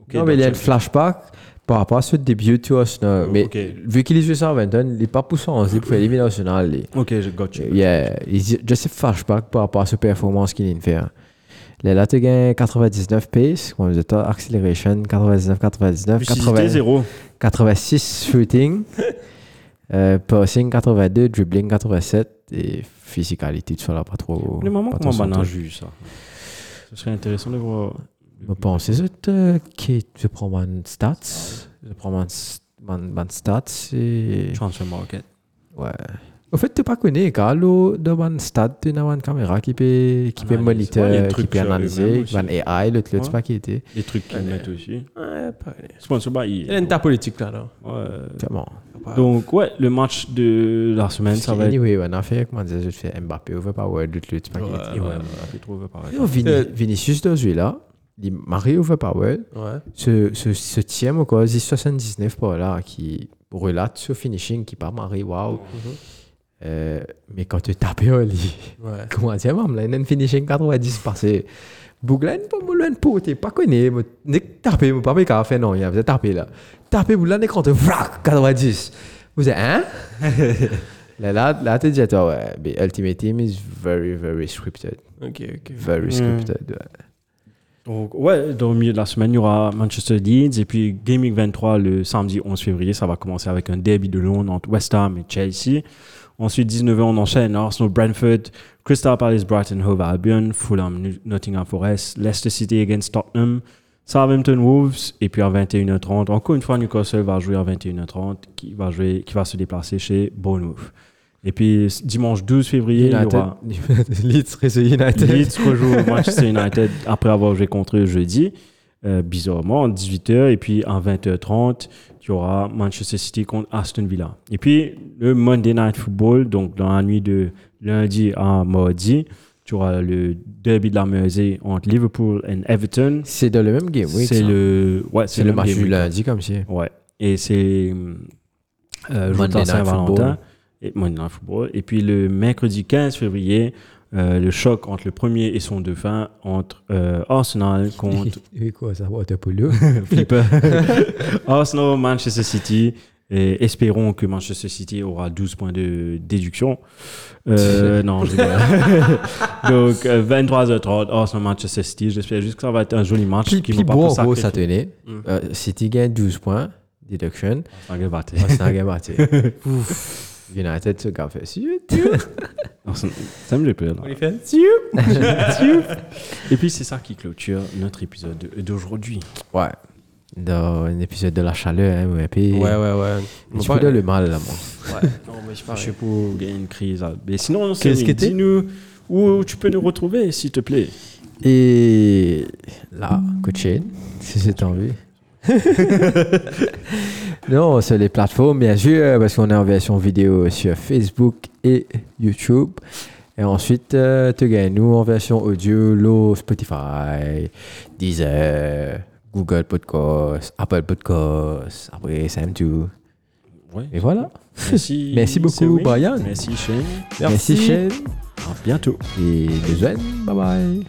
ok,
non mais il y a un
donc,
flashback par rapport à ce début tu vois Arsenal. mais
Oh, ok.
vu qu'il est joué 121, il n'est pas poussant, il peut éliminer Arsenal. lui.
Ok, je got you.
Yeah, il y a juste un flashback par rapport à ce performance qu'il vient de faire. Là, là, tu gagnes 99 pace, comme je disais, acceleration, 99, 99,
Lucidité
80,
0.
86
<laughs>
shooting, euh, passing 82, dribbling 87 et physicalité, tu vois là, pas trop.
Le moment
pas
comment
trop
on a
son
vu ça. Ce serait intéressant de voir.
Je pense que c'est euh, qui je prends mon stats, je prends mon, s- mon, mon stats et
Transfer market.
ouais. Au fait, tu pas connu Carlo de mon stats, tu as une caméra qui peut qui peut
Analyse. Ouais, il y a des
monitor, qui
trucs
peut
sur eux-mêmes
analyser,
aussi.
mon AI, l'autre l'autre,
Ouais.
tu pas qui était.
Des trucs qu'ils mettent aussi.
Ouais, pareil.
Sponsor by E
Il y a une tape politique, là, là.
Ouais.
Comment?
Donc, ouais, le match de la semaine, ça va être.
Anyway, on a fait comment dire, je fais Mbappé, on veut pas ouais, l'autre l'autre, pas qui était.
Ouais, ouais, j'ai trouvé euh, pareil.
Non, Vini-
Euh,
Vinicius de celui-là, il Mario Overpower,
Ouais.
ce, ce, ce tième, quoi, c'est 79 par là, qui relate ce finishing qui part Mario, waouh.
Mhm.
Euh, mais quand tu tapes au lit,
Ouais.
<laughs> comment dire, maman, là, il y a un finishing 90 passé. Bouglaine, pas moulin pour, t'es pas connu, mais n'est tapé, mon papa, il a fait non, il a fait taper là. Taper, bouglaine, quand tu vrac, 90. Vous êtes,
<laughs>
hein? là, là, là, t'es déjà, toi, ouais, mais Ultimate Team is very, very scripted.
Ok, ok.
Very
Mm.
scripted, ouais.
Donc, ouais, dans le milieu de la semaine, il y aura Manchester Leeds. Et puis, Gaming 23, le samedi 11 février, ça va commencer avec un derby de Londres entre West Ham et Chelsea. Ensuite, 19h, on enchaîne hein, Arsenal, Brentford, Crystal Palace, Brighton, Hove Albion, Fulham, Nu- Nottingham Forest, Leicester City against Tottenham, Southampton Wolves. Et puis, à 21h30, encore une fois, Newcastle va jouer à 21h30, qui va, jouer, qui va se déplacer chez Bournemouth. Et puis, dimanche 12 février, il y
United.
aura...
Leeds réseau United.
Leeds rejoue Manchester United après avoir joué contre eux jeudi, euh, bizarrement, en 18h. Et puis, en 20h30, tu auras Manchester City contre Aston Villa. Et puis, le Monday Night Football, donc dans la nuit de lundi à mardi, tu auras le derby de la Mersey entre Liverpool et Everton.
C'est dans le même game, oui.
c'est
ça.
le, ouais, c'est
C'est le
même
match
game
du
week.
lundi, comme si.
Ouais. Et c'est hum, euh, jour
Monday
de la
Night Football.
Saint-Valentin et Monday Night Football. Et puis le mercredi 15 février, euh, le choc entre le premier et son dauphin entre euh,
<laughs>
Arsenal <laughs> contre
Oui, quoi, ça, Waterpolo. <laughs>
Flipper. Arsenal, Manchester City. Et espérons que Manchester City aura 12 points de déduction.
<laughs>
Euh, non, je rigole. <laughs> Donc, euh, 23h30, Arsenal, Manchester City. J'espère juste que ça va être un joli match.
Puis,
qu'ils
puis
vont pas
bon, en
faire
gros,
sacrer
ça tenait. Euh, City gagne 12 points, deduction.
Arsenal va battre.
Arsenal gagne Marty. Ouf. United se gaffe. Suite.
Arsenal- Ça me plaît, là.
On y fait
Et puis c'est ça qui clôture notre épisode de- d'aujourd'hui.
Ouais. Dans un épisode de la chaleur, hein, mais puis.
Ouais, ouais, ouais.
Tu peux donner le mal, là, moi.
Je sais pas où il y a une crise. là. Mais sinon, c'est
Qu'est-ce qui était
dis-nous où tu peux nous retrouver, s'il te plaît.
Et là, coaching, si j'ai envie. <laughs> non, sur les plateformes, bien sûr, parce qu'on est en version vidéo sur Facebook et YouTube. Et ensuite, euh, tu gagnes nous en version audio, l'eau, Spotify, Deezer, Google Podcast, Apple Podcast, après Sam2.
Ouais.
Et voilà.
Merci.
Merci beaucoup,
Cédric.
Brian.
Merci, Shane.
Merci, Shane.
À bientôt.
Et bisous. Bye bye.